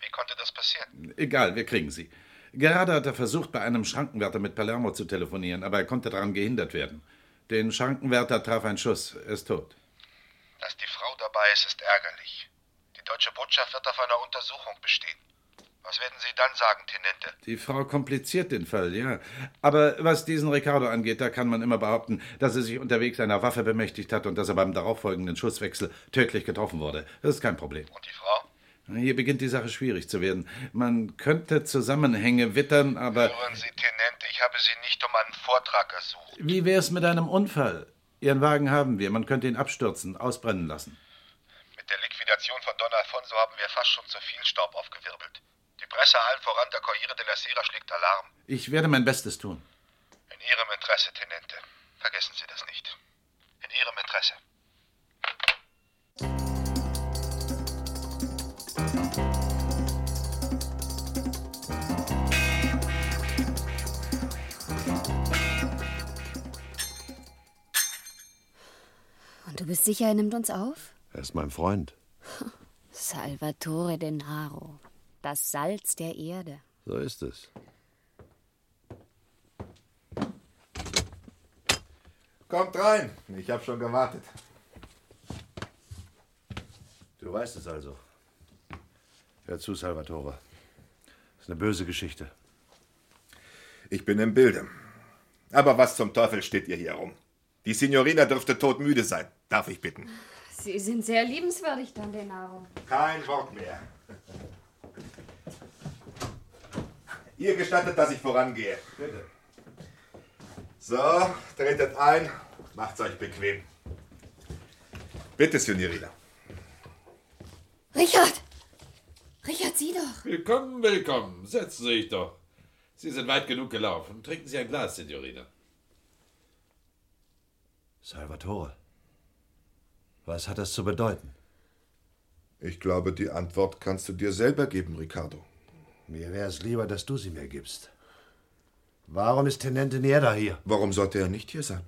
Speaker 6: Wie konnte das passieren?
Speaker 12: Egal, wir kriegen sie. Gerade hat er versucht, bei einem Schrankenwärter mit Palermo zu telefonieren, aber er konnte daran gehindert werden. Den Schrankenwärter traf ein Schuss. Er ist tot.
Speaker 6: Dass die Frau dabei ist, ist ärgerlich. Die deutsche Botschaft wird auf einer Untersuchung bestehen. Was werden Sie dann sagen, Tenente?
Speaker 12: Die Frau kompliziert den Fall, ja. Aber was diesen Ricardo angeht, da kann man immer behaupten, dass er sich unterwegs einer Waffe bemächtigt hat und dass er beim darauffolgenden Schusswechsel tödlich getroffen wurde. Das ist kein Problem. Und die Frau? Hier beginnt die Sache schwierig zu werden. Man könnte Zusammenhänge wittern, aber
Speaker 6: Hören Sie, Tenente, ich habe Sie nicht um einen Vortrag ersucht.
Speaker 12: wie wär's mit einem Unfall? Ihren Wagen haben wir, man könnte ihn abstürzen, ausbrennen lassen.
Speaker 6: Mit der Liquidation von Don Alfonso haben wir fast schon zu viel Staub aufgewirbelt. Die Presse allen voran, der Corriere della Sera schlägt Alarm.
Speaker 12: Ich werde mein Bestes tun.
Speaker 6: In Ihrem Interesse, Tenente. Vergessen Sie das nicht. In Ihrem Interesse.
Speaker 13: Und du bist sicher, er nimmt uns auf?
Speaker 10: Er ist mein Freund.
Speaker 13: Salvatore Denaro. Das Salz der Erde.
Speaker 10: So ist es.
Speaker 21: Kommt rein. Ich habe schon gewartet.
Speaker 10: Du weißt es also. Hör zu, Salvatore. Das ist eine böse Geschichte.
Speaker 21: Ich bin im Bilde. Aber was zum Teufel steht ihr hier rum? Die Signorina dürfte todmüde sein. Darf ich bitten?
Speaker 13: Sie sind sehr liebenswürdig, Don Denaro.
Speaker 21: Kein Wort mehr. Ihr gestattet, dass ich vorangehe. Bitte. So, tretet ein. Macht's euch bequem. Bitte, Signorina.
Speaker 13: Richard! Richard, sieh doch!
Speaker 22: Willkommen, willkommen. Setzen Sie sich doch.
Speaker 12: Sie sind weit genug gelaufen. Trinken Sie ein Glas, Signorina.
Speaker 10: Salvatore, was hat das zu bedeuten? Ich glaube, die Antwort kannst du dir selber geben, Ricardo. Mir wäre es lieber, dass du sie mir gibst. Warum ist Tenente Nieda hier?
Speaker 6: Warum sollte er nicht hier sein?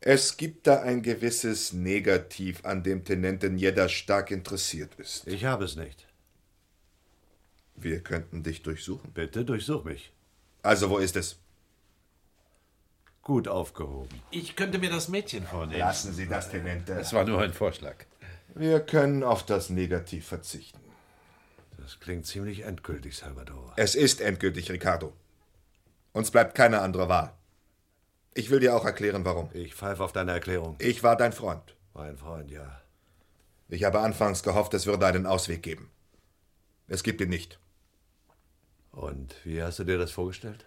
Speaker 6: Es gibt da ein gewisses Negativ, an dem Tenente Nieda stark interessiert ist.
Speaker 10: Ich habe es nicht.
Speaker 6: Wir könnten dich durchsuchen.
Speaker 10: Bitte durchsuch mich.
Speaker 6: Also, wo ist es?
Speaker 10: Gut aufgehoben.
Speaker 12: Ich könnte mir das Mädchen vornehmen.
Speaker 6: Lassen Sie das, Tenente.
Speaker 12: Es war nur ein Vorschlag.
Speaker 6: Wir können auf das Negativ verzichten.
Speaker 10: Das klingt ziemlich endgültig, Salvatore.
Speaker 6: Es ist endgültig, Ricardo. Uns bleibt keine andere Wahl. Ich will dir auch erklären, warum.
Speaker 10: Ich pfeife auf deine Erklärung.
Speaker 6: Ich war dein Freund.
Speaker 10: Mein Freund, ja.
Speaker 6: Ich habe anfangs gehofft, es würde einen Ausweg geben. Es gibt ihn nicht.
Speaker 10: Und wie hast du dir das vorgestellt?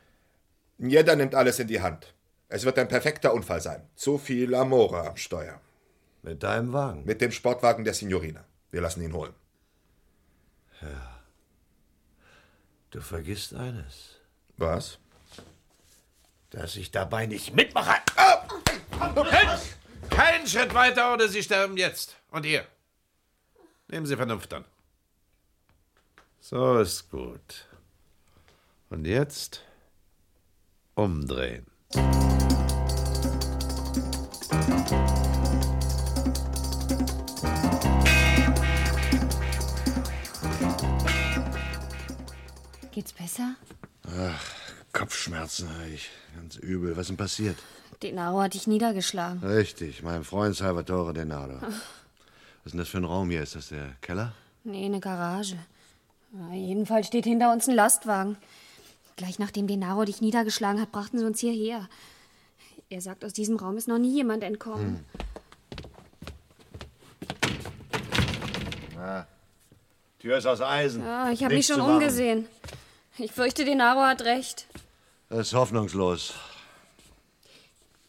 Speaker 6: Jeder nimmt alles in die Hand. Es wird ein perfekter Unfall sein. Zu viel Amore am Steuer.
Speaker 10: Mit deinem Wagen?
Speaker 6: Mit dem Sportwagen der Signorina. Wir lassen ihn holen.
Speaker 10: Ja. Du vergisst eines.
Speaker 6: Was?
Speaker 10: Dass ich dabei nicht mitmache.
Speaker 12: Halt! Keinen Schritt weiter oder Sie sterben jetzt. Und ihr? Nehmen Sie Vernunft an.
Speaker 23: So ist gut. Und jetzt umdrehen.
Speaker 13: Geht's besser?
Speaker 10: Ach, Kopfschmerzen habe ich. Ganz übel. Was ist denn passiert?
Speaker 13: Denaro hat dich niedergeschlagen.
Speaker 10: Richtig, mein Freund Salvatore Denado.
Speaker 13: Ach.
Speaker 10: Was ist denn das für ein Raum hier? Ist das der Keller?
Speaker 13: Nee, eine Garage. Na, jedenfalls steht hinter uns ein Lastwagen. Gleich nachdem Denaro dich niedergeschlagen hat, brachten sie uns hierher. Er sagt, aus diesem Raum ist noch nie jemand entkommen.
Speaker 10: Na, Tür ist aus Eisen.
Speaker 13: Ja, Ah, ich habe mich
Speaker 10: Nichts
Speaker 13: schon
Speaker 10: Hm. zu machen.
Speaker 13: umgesehen. Ich fürchte, Denaro hat recht.
Speaker 10: Das ist hoffnungslos.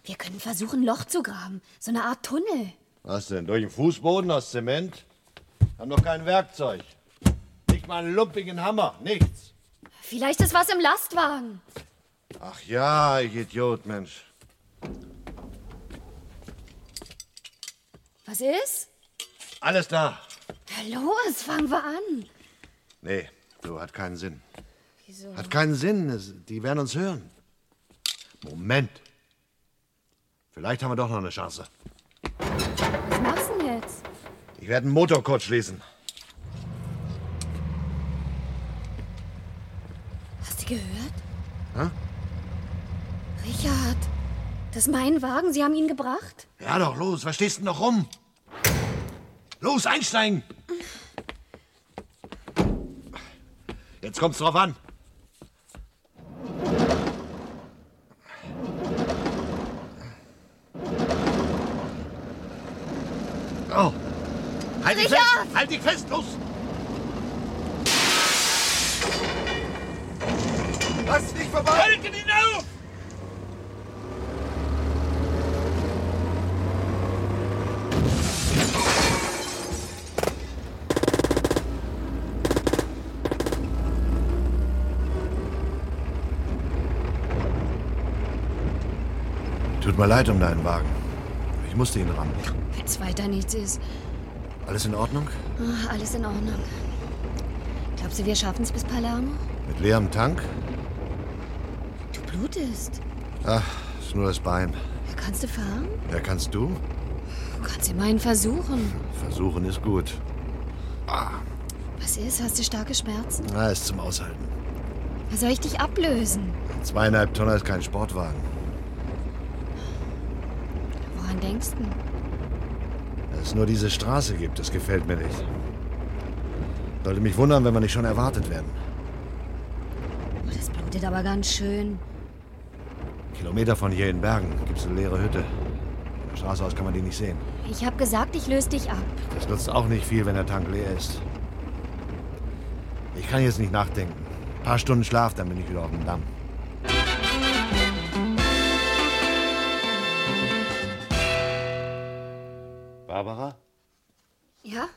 Speaker 13: Wir können versuchen, ein Loch zu graben. So eine Art Tunnel.
Speaker 10: Was denn? Durch den Fußboden aus Zement? Haben doch kein Werkzeug. Nicht mal einen lumpigen Hammer. Nichts.
Speaker 13: Vielleicht ist was im Lastwagen.
Speaker 10: Ach ja, ich Idiot, Mensch.
Speaker 13: Was ist?
Speaker 10: Alles da.
Speaker 13: Na los, fangen wir an.
Speaker 10: Nee, so hat keinen Sinn.
Speaker 13: Wieso?
Speaker 10: Hat keinen Sinn. Es, die werden uns hören. Moment. Vielleicht haben wir doch noch eine Chance.
Speaker 13: Was machst du denn jetzt?
Speaker 10: Ich werde einen Motor kurz schließen.
Speaker 13: Hast du gehört?
Speaker 10: Hä?
Speaker 13: Richard, das ist mein Wagen. Sie haben ihn gebracht.
Speaker 10: Ja doch, los. Was stehst du denn noch rum? Los, einsteigen. Jetzt kommt's drauf an.
Speaker 24: Oh.
Speaker 10: Halt dich
Speaker 24: Richard!
Speaker 10: fest! Halt dich fest! Los!
Speaker 24: Lass dich vorbei!
Speaker 10: Halt
Speaker 24: Halten ihn auf!
Speaker 10: Tut mir leid um deinen Wagen. Ich musste ihn ran.
Speaker 13: Wenn's weiter nichts ist.
Speaker 10: Alles in Ordnung?
Speaker 13: Ah, alles in Ordnung. Glaubst du, wir schaffen's bis Palermo?
Speaker 10: Mit leerem Tank?
Speaker 13: Du blutest.
Speaker 10: Ach, ist nur das Bein.
Speaker 13: Kannst du fahren?
Speaker 10: Ja, kannst du?
Speaker 13: Du kannst immerhin versuchen.
Speaker 10: Versuchen ist gut.
Speaker 13: Was ist? Hast du starke Schmerzen?
Speaker 10: Na, ist zum Aushalten.
Speaker 13: Soll ich dich ablösen?
Speaker 10: Zweieinhalb Tonner ist kein Sportwagen.
Speaker 13: Woran denkst du?
Speaker 10: Dass es nur diese Straße gibt, das gefällt mir nicht. Sollte mich wundern, wenn wir nicht schon erwartet werden.
Speaker 13: Oh, das blutet aber ganz schön.
Speaker 10: Kilometer von hier in Bergen gibt es eine leere Hütte. Von der Straße aus kann man die nicht sehen.
Speaker 13: Ich hab gesagt, ich löse dich ab.
Speaker 10: Das nutzt auch nicht viel, wenn der Tank leer ist. Ich kann jetzt nicht nachdenken. Ein paar Stunden Schlaf, dann bin ich wieder auf dem Damm. Barbara,
Speaker 13: Ja?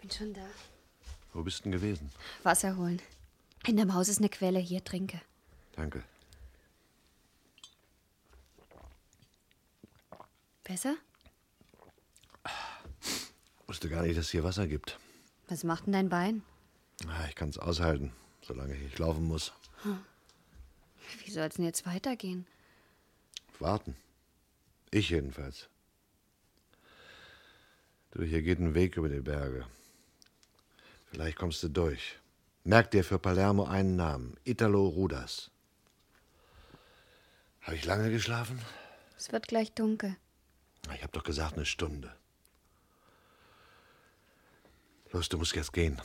Speaker 13: Bin schon da.
Speaker 10: wo bist denn gewesen?
Speaker 13: Wasser holen. Hinterm Haus ist eine Quelle. Hier, trinke.
Speaker 10: Danke.
Speaker 13: Besser?
Speaker 10: Wusste gar nicht, dass es hier Wasser gibt.
Speaker 13: Was macht denn dein Bein?
Speaker 10: Ah, Ich kann es aushalten, solange ich nicht laufen muss.
Speaker 13: Hm. Wie soll's denn jetzt weitergehen?
Speaker 10: Warten. Ich jedenfalls. Du, hier geht ein Weg über die Berge. Vielleicht kommst du durch. Merk dir für Palermo einen Namen. Italo Rudas. Habe ich lange geschlafen?
Speaker 13: Es wird gleich dunkel.
Speaker 10: Ich habe doch gesagt, eine Stunde. Los, du musst jetzt gehen.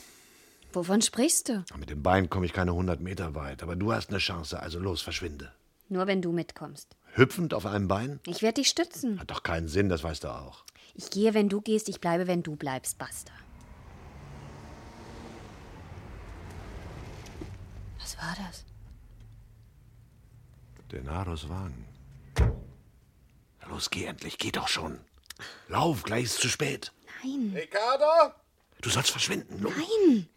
Speaker 13: Wovon sprichst du?
Speaker 10: Mit dem Bein komme ich keine 100 Meter weit, aber du hast eine Chance, also los, verschwinde.
Speaker 13: Nur wenn du mitkommst.
Speaker 10: Hüpfend auf einem Bein?
Speaker 13: Ich werde dich stützen.
Speaker 10: Doch keinen Sinn, das weißt du auch.
Speaker 13: Ich gehe, wenn du gehst, ich bleibe, wenn du bleibst, Basta. Was war das?
Speaker 10: Denaros Wagen. Los, geh endlich, geh doch schon. Lauf, gleich ist zu spät.
Speaker 13: Nein.
Speaker 6: Ricardo,
Speaker 10: Du sollst verschwinden. Los.
Speaker 13: Nein.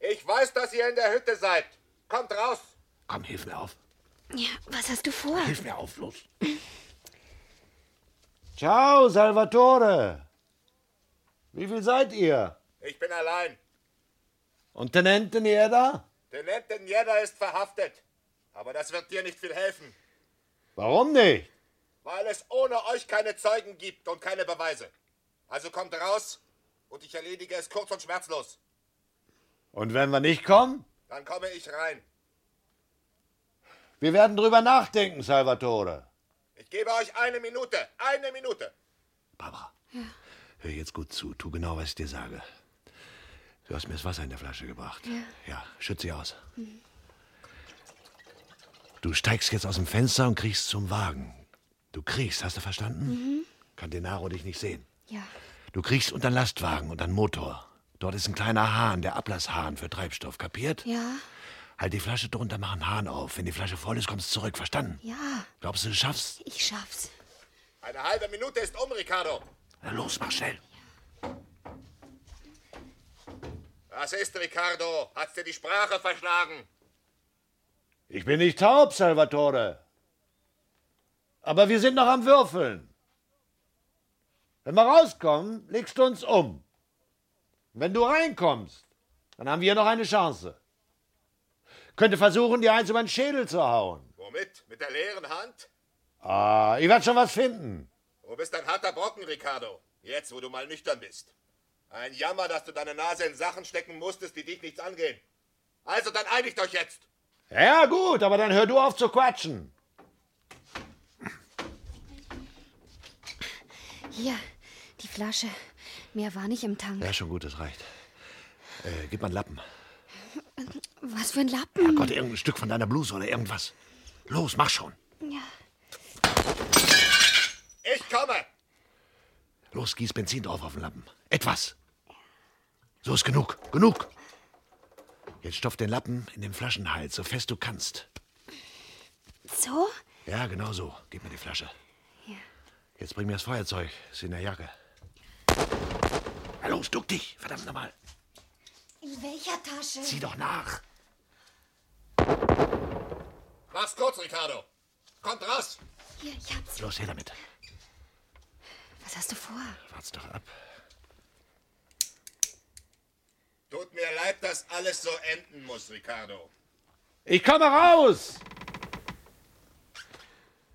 Speaker 6: ich weiß, dass ihr in der Hütte seid. Kommt raus.
Speaker 10: Komm, hilf mir auf.
Speaker 13: Ja, was hast du vor?
Speaker 10: Hilf mir auf, los.
Speaker 12: Ciao, Salvatore. Wie viel seid ihr?
Speaker 6: Ich bin allein.
Speaker 12: Und Tenente Nieda?
Speaker 6: Tenente Nieda ist verhaftet. Aber das wird dir nicht viel helfen,
Speaker 12: Warum nicht?
Speaker 6: weil es ohne euch keine Zeugen gibt und keine Beweise. Also kommt raus und ich erledige es kurz und schmerzlos.
Speaker 12: Und wenn wir nicht kommen?
Speaker 6: Dann komme ich rein.
Speaker 12: Wir werden drüber nachdenken, Salvatore.
Speaker 6: Ich gebe euch eine Minute. Eine Minute.
Speaker 10: Hör jetzt gut zu, tu genau, was ich dir sage. Du hast mir das Wasser in der Flasche gebracht.
Speaker 13: Ja.
Speaker 10: Ja, schütz sie aus. Mhm. Du steigst jetzt aus dem Fenster und kriegst zum Wagen. Du kriegst, hast du verstanden?
Speaker 13: Mhm.
Speaker 10: Kann Denaro dich nicht sehen.
Speaker 13: Ja.
Speaker 10: Du kriegst unter den Lastwagen und einen Motor. Dort ist ein kleiner Hahn, der Ablasshahn für Treibstoff, kapiert?
Speaker 13: Ja.
Speaker 10: Halt die Flasche drunter, mach einen Hahn auf. Wenn die Flasche voll ist, kommst du zurück, verstanden?
Speaker 13: Ja.
Speaker 10: Glaubst du, du schaffst?
Speaker 13: Ich schaff's.
Speaker 6: Eine halbe Minute ist um, Ricardo.
Speaker 10: Na los, mach schnell.
Speaker 6: Was ist, Ricardo? Hat's dir die Sprache verschlagen?
Speaker 12: Ich bin nicht taub, Salvatore. Aber wir sind noch am Würfeln. Wenn wir rauskommen, legst du uns um. Wenn du reinkommst, dann haben wir noch eine Chance. Könnte versuchen, dir eins über den Schädel zu hauen.
Speaker 6: Womit? Mit der leeren Hand?
Speaker 12: Ah, ich werde schon was finden.
Speaker 6: Du bist ein harter Brocken, Ricardo. Jetzt, wo du mal nüchtern bist. Ein Jammer, dass du deine Nase in Sachen stecken musstest, die dich nichts angehen. Also, dann einigt euch jetzt.
Speaker 12: Ja, gut, aber dann hör du auf zu quatschen.
Speaker 13: Hier, die Flasche. Mehr war nicht im Tank.
Speaker 10: Ja, schon gut, das reicht. Äh, gib mal einen Lappen.
Speaker 13: Was für ein Lappen. Ja,
Speaker 10: Gott, irgendein Stück von deiner Bluse oder irgendwas. Los, mach schon.
Speaker 13: Ja.
Speaker 6: Ich komme.
Speaker 10: Los, gieß Benzin drauf auf den Lappen. Etwas. So ist genug. Genug. Jetzt stopf den Lappen in den Flaschenhals, so fest du kannst.
Speaker 13: So?
Speaker 10: Ja, genau so. Gib mir die Flasche.
Speaker 13: Ja.
Speaker 10: Jetzt bring mir das Feuerzeug. Ist in der Jacke. Na los, duck dich. Verdammt nochmal.
Speaker 13: In welcher Tasche?
Speaker 10: Zieh doch nach.
Speaker 6: Mach's kurz, Ricardo. Kommt raus.
Speaker 13: Hier, ich hab's.
Speaker 10: Los, her damit.
Speaker 13: Was hast du vor?
Speaker 10: Wart's doch ab.
Speaker 6: Tut mir leid, dass alles so enden muss, Ricardo.
Speaker 12: Ich komme raus.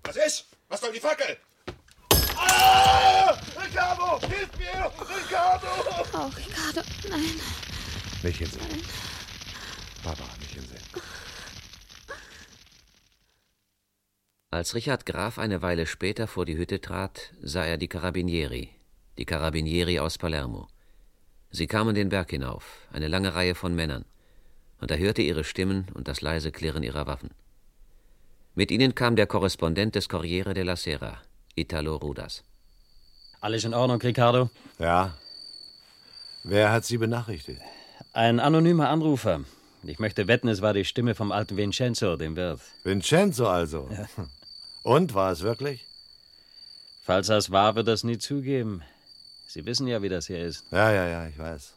Speaker 6: Was ist? Was soll die Fackel?
Speaker 4: Ah! Ricardo, hilf mir! Ricardo!
Speaker 13: Oh, Ricardo, nein.
Speaker 10: Nicht hinsehen. Papa, nicht hinsehen.
Speaker 9: Als Richard Graf eine Weile später vor die Hütte trat, sah er die Carabinieri, die Carabinieri aus Palermo. Sie kamen den Berg hinauf, eine lange Reihe von Männern, und er hörte ihre Stimmen und das leise Klirren ihrer Waffen. Mit ihnen kam der Korrespondent des Corriere della Sera, Italo Rudas.
Speaker 14: Alles in Ordnung, Ricardo?
Speaker 10: Ja. Wer hat Sie benachrichtigt?
Speaker 14: Ein anonymer Anrufer. Ich möchte wetten, es war die Stimme vom alten Vincenzo, dem Wirt.
Speaker 10: Vincenzo also? [LAUGHS] Und, war es wirklich?
Speaker 14: Falls das war, wird das nie zugeben. Sie wissen ja, wie das hier ist.
Speaker 10: Ja, ja, ja, ich weiß.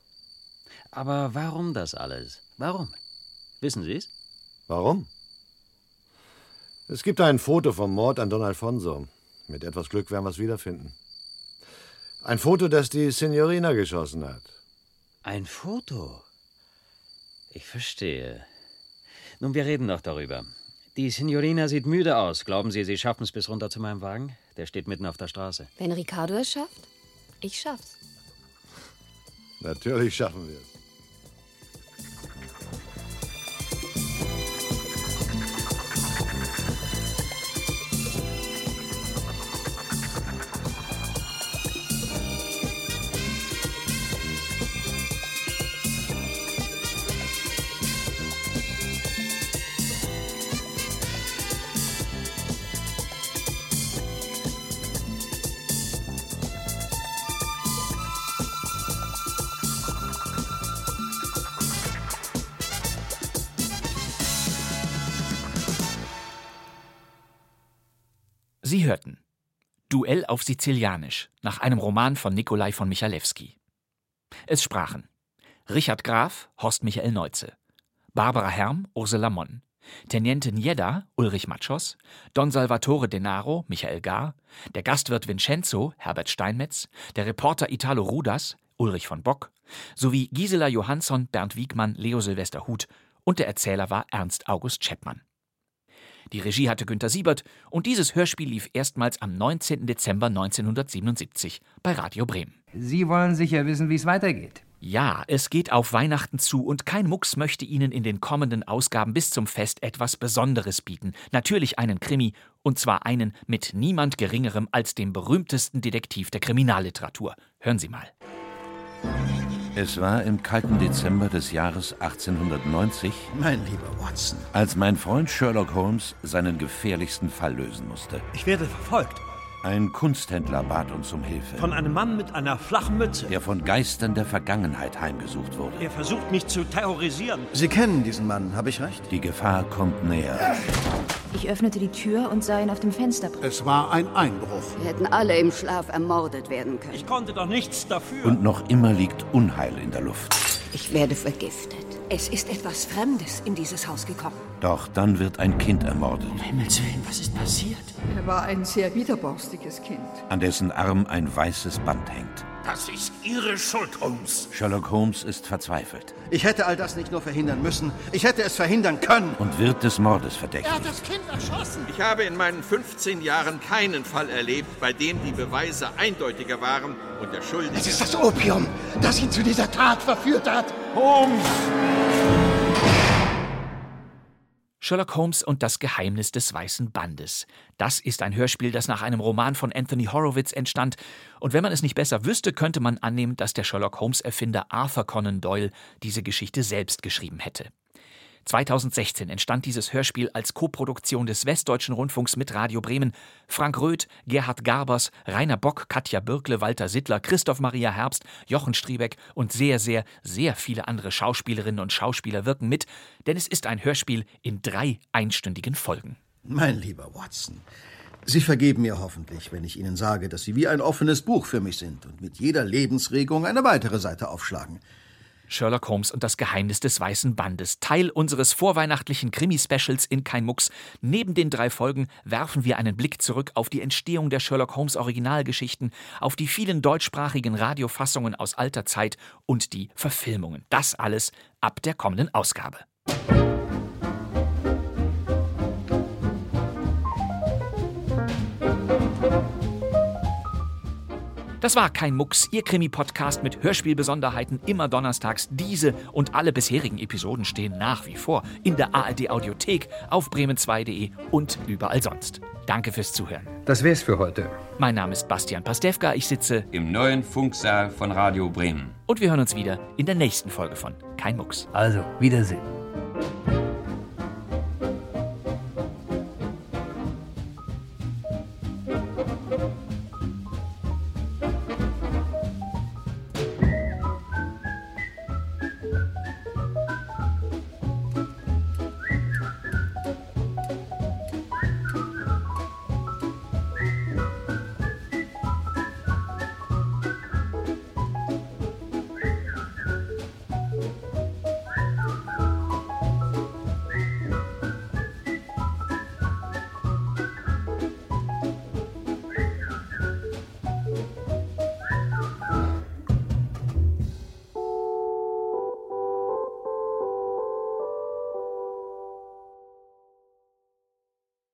Speaker 14: Aber warum das alles? Warum? Wissen Sie es?
Speaker 10: Warum? Es gibt ein Foto vom Mord an Don Alfonso. Mit etwas Glück werden wir es wiederfinden. Ein Foto, das die Signorina geschossen hat.
Speaker 14: Ein Foto? Ich verstehe. Nun, wir reden noch darüber. Die Signorina sieht müde aus. Glauben Sie, Sie schaffen es bis runter zu meinem Wagen? Der steht mitten auf der Straße.
Speaker 13: Wenn Ricardo es schafft, ich schaff's.
Speaker 10: Natürlich schaffen wir es.
Speaker 3: Sie hörten Duell auf Sizilianisch nach einem Roman von Nikolai von Michalewski. Es sprachen Richard Graf, Horst Michael Neuze, Barbara Herm, Ursula Monn, Teniente Nieda, Ulrich Matschos, Don Salvatore Denaro, Michael Gar, der Gastwirt Vincenzo, Herbert Steinmetz, der Reporter Italo Rudas, Ulrich von Bock, sowie Gisela Johansson, Bernd Wiegmann, Leo Silvester Huth und der Erzähler war Ernst August Scheppmann. Die Regie hatte Günter Siebert und dieses Hörspiel lief erstmals am 19. Dezember 1977 bei Radio Bremen.
Speaker 25: Sie wollen sicher wissen, wie es weitergeht.
Speaker 3: Ja, es geht auf Weihnachten zu und kein Mucks möchte Ihnen in den kommenden Ausgaben bis zum Fest etwas Besonderes bieten. Natürlich einen Krimi und zwar einen mit niemand Geringerem als dem berühmtesten Detektiv der Kriminalliteratur. Hören Sie mal.
Speaker 26: Es war im kalten Dezember des Jahres 1890,
Speaker 4: Mein lieber Watson,
Speaker 26: als mein Freund Sherlock Holmes seinen gefährlichsten Fall lösen musste.
Speaker 4: ich werde verfolgt
Speaker 26: Ein Kunsthändler bat uns um Hilfe,
Speaker 4: von einem Mann mit einer flachen Mütze.
Speaker 26: der von Geistern der Vergangenheit heimgesucht wurde.
Speaker 4: Er versucht mich zu terrorisieren.
Speaker 26: Sie kennen diesen Mann, habe ich recht? Die Gefahr kommt näher.
Speaker 27: Ich öffnete die Tür und sah ihn auf dem Fenster.
Speaker 26: Es war ein Einbruch.
Speaker 27: Wir hätten alle im Schlaf ermordet werden können.
Speaker 4: Ich konnte doch nichts dafür.
Speaker 26: Und noch immer liegt Unheil in der Luft.
Speaker 27: Ich werde vergiftet.
Speaker 28: Es ist etwas Fremdes in dieses Haus gekommen.
Speaker 26: Doch dann wird ein Kind ermordet,
Speaker 28: Um Himmels Willen, was ist passiert?
Speaker 29: Er war ein sehr widerborstiges Kind.
Speaker 26: an dessen Arm ein weißes Band hängt.
Speaker 4: Das ist Ihre Schuld, Holmes.
Speaker 26: Sherlock Holmes ist verzweifelt
Speaker 4: Ich hätte all das nicht nur verhindern müssen, ich hätte es verhindern können.
Speaker 26: und wird des Mordes verdächtigt.
Speaker 4: hat das Kind erschossen.
Speaker 30: Ich habe in meinen 15 Jahren keinen Fall erlebt, bei dem die Beweise eindeutiger waren und der Schuldige.
Speaker 4: Es ist das Opium, das ihn zu dieser Tat verführt hat. Holmes!
Speaker 3: Sherlock Holmes und das Geheimnis des Weißen Bandes. Das ist ein Hörspiel, das nach einem Roman von Anthony Horowitz entstand. Und wenn man es nicht besser wüsste, könnte man annehmen, dass der Sherlock Holmes-Erfinder Arthur Conan Doyle diese Geschichte selbst geschrieben hätte. 2016 entstand dieses Hörspiel als Koproduktion des Westdeutschen Rundfunks mit Radio Bremen. Frank Röth, Gerhard Garbers, Rainer Bock, Katja Birkle, Walter Sittler, Christoph Maria Herbst, Jochen Striebeck und sehr, sehr, sehr viele andere Schauspielerinnen und Schauspieler wirken mit, denn es ist ein Hörspiel in drei einstündigen Folgen.
Speaker 4: Mein lieber Watson, Sie vergeben mir hoffentlich, wenn ich Ihnen sage, dass Sie wie ein offenes Buch für mich sind und mit jeder Lebensregung eine weitere Seite aufschlagen.
Speaker 3: Sherlock Holmes und das Geheimnis des Weißen Bandes, Teil unseres vorweihnachtlichen Krimi-Specials in Kein Mucks. Neben den drei Folgen werfen wir einen Blick zurück auf die Entstehung der Sherlock Holmes Originalgeschichten, auf die vielen deutschsprachigen Radiofassungen aus alter Zeit und die Verfilmungen. Das alles ab der kommenden Ausgabe. Das war kein Mucks, Ihr Krimi-Podcast mit Hörspielbesonderheiten immer donnerstags. Diese und alle bisherigen Episoden stehen nach wie vor in der ARD-Audiothek, auf bremen2.de und überall sonst. Danke fürs Zuhören.
Speaker 25: Das wär's für heute.
Speaker 3: Mein Name ist Bastian Pastewka, ich sitze
Speaker 31: Im neuen Funksaal von Radio Bremen.
Speaker 3: und wir hören uns wieder in der nächsten Folge von Kein Mucks.
Speaker 25: Also, Wiedersehen.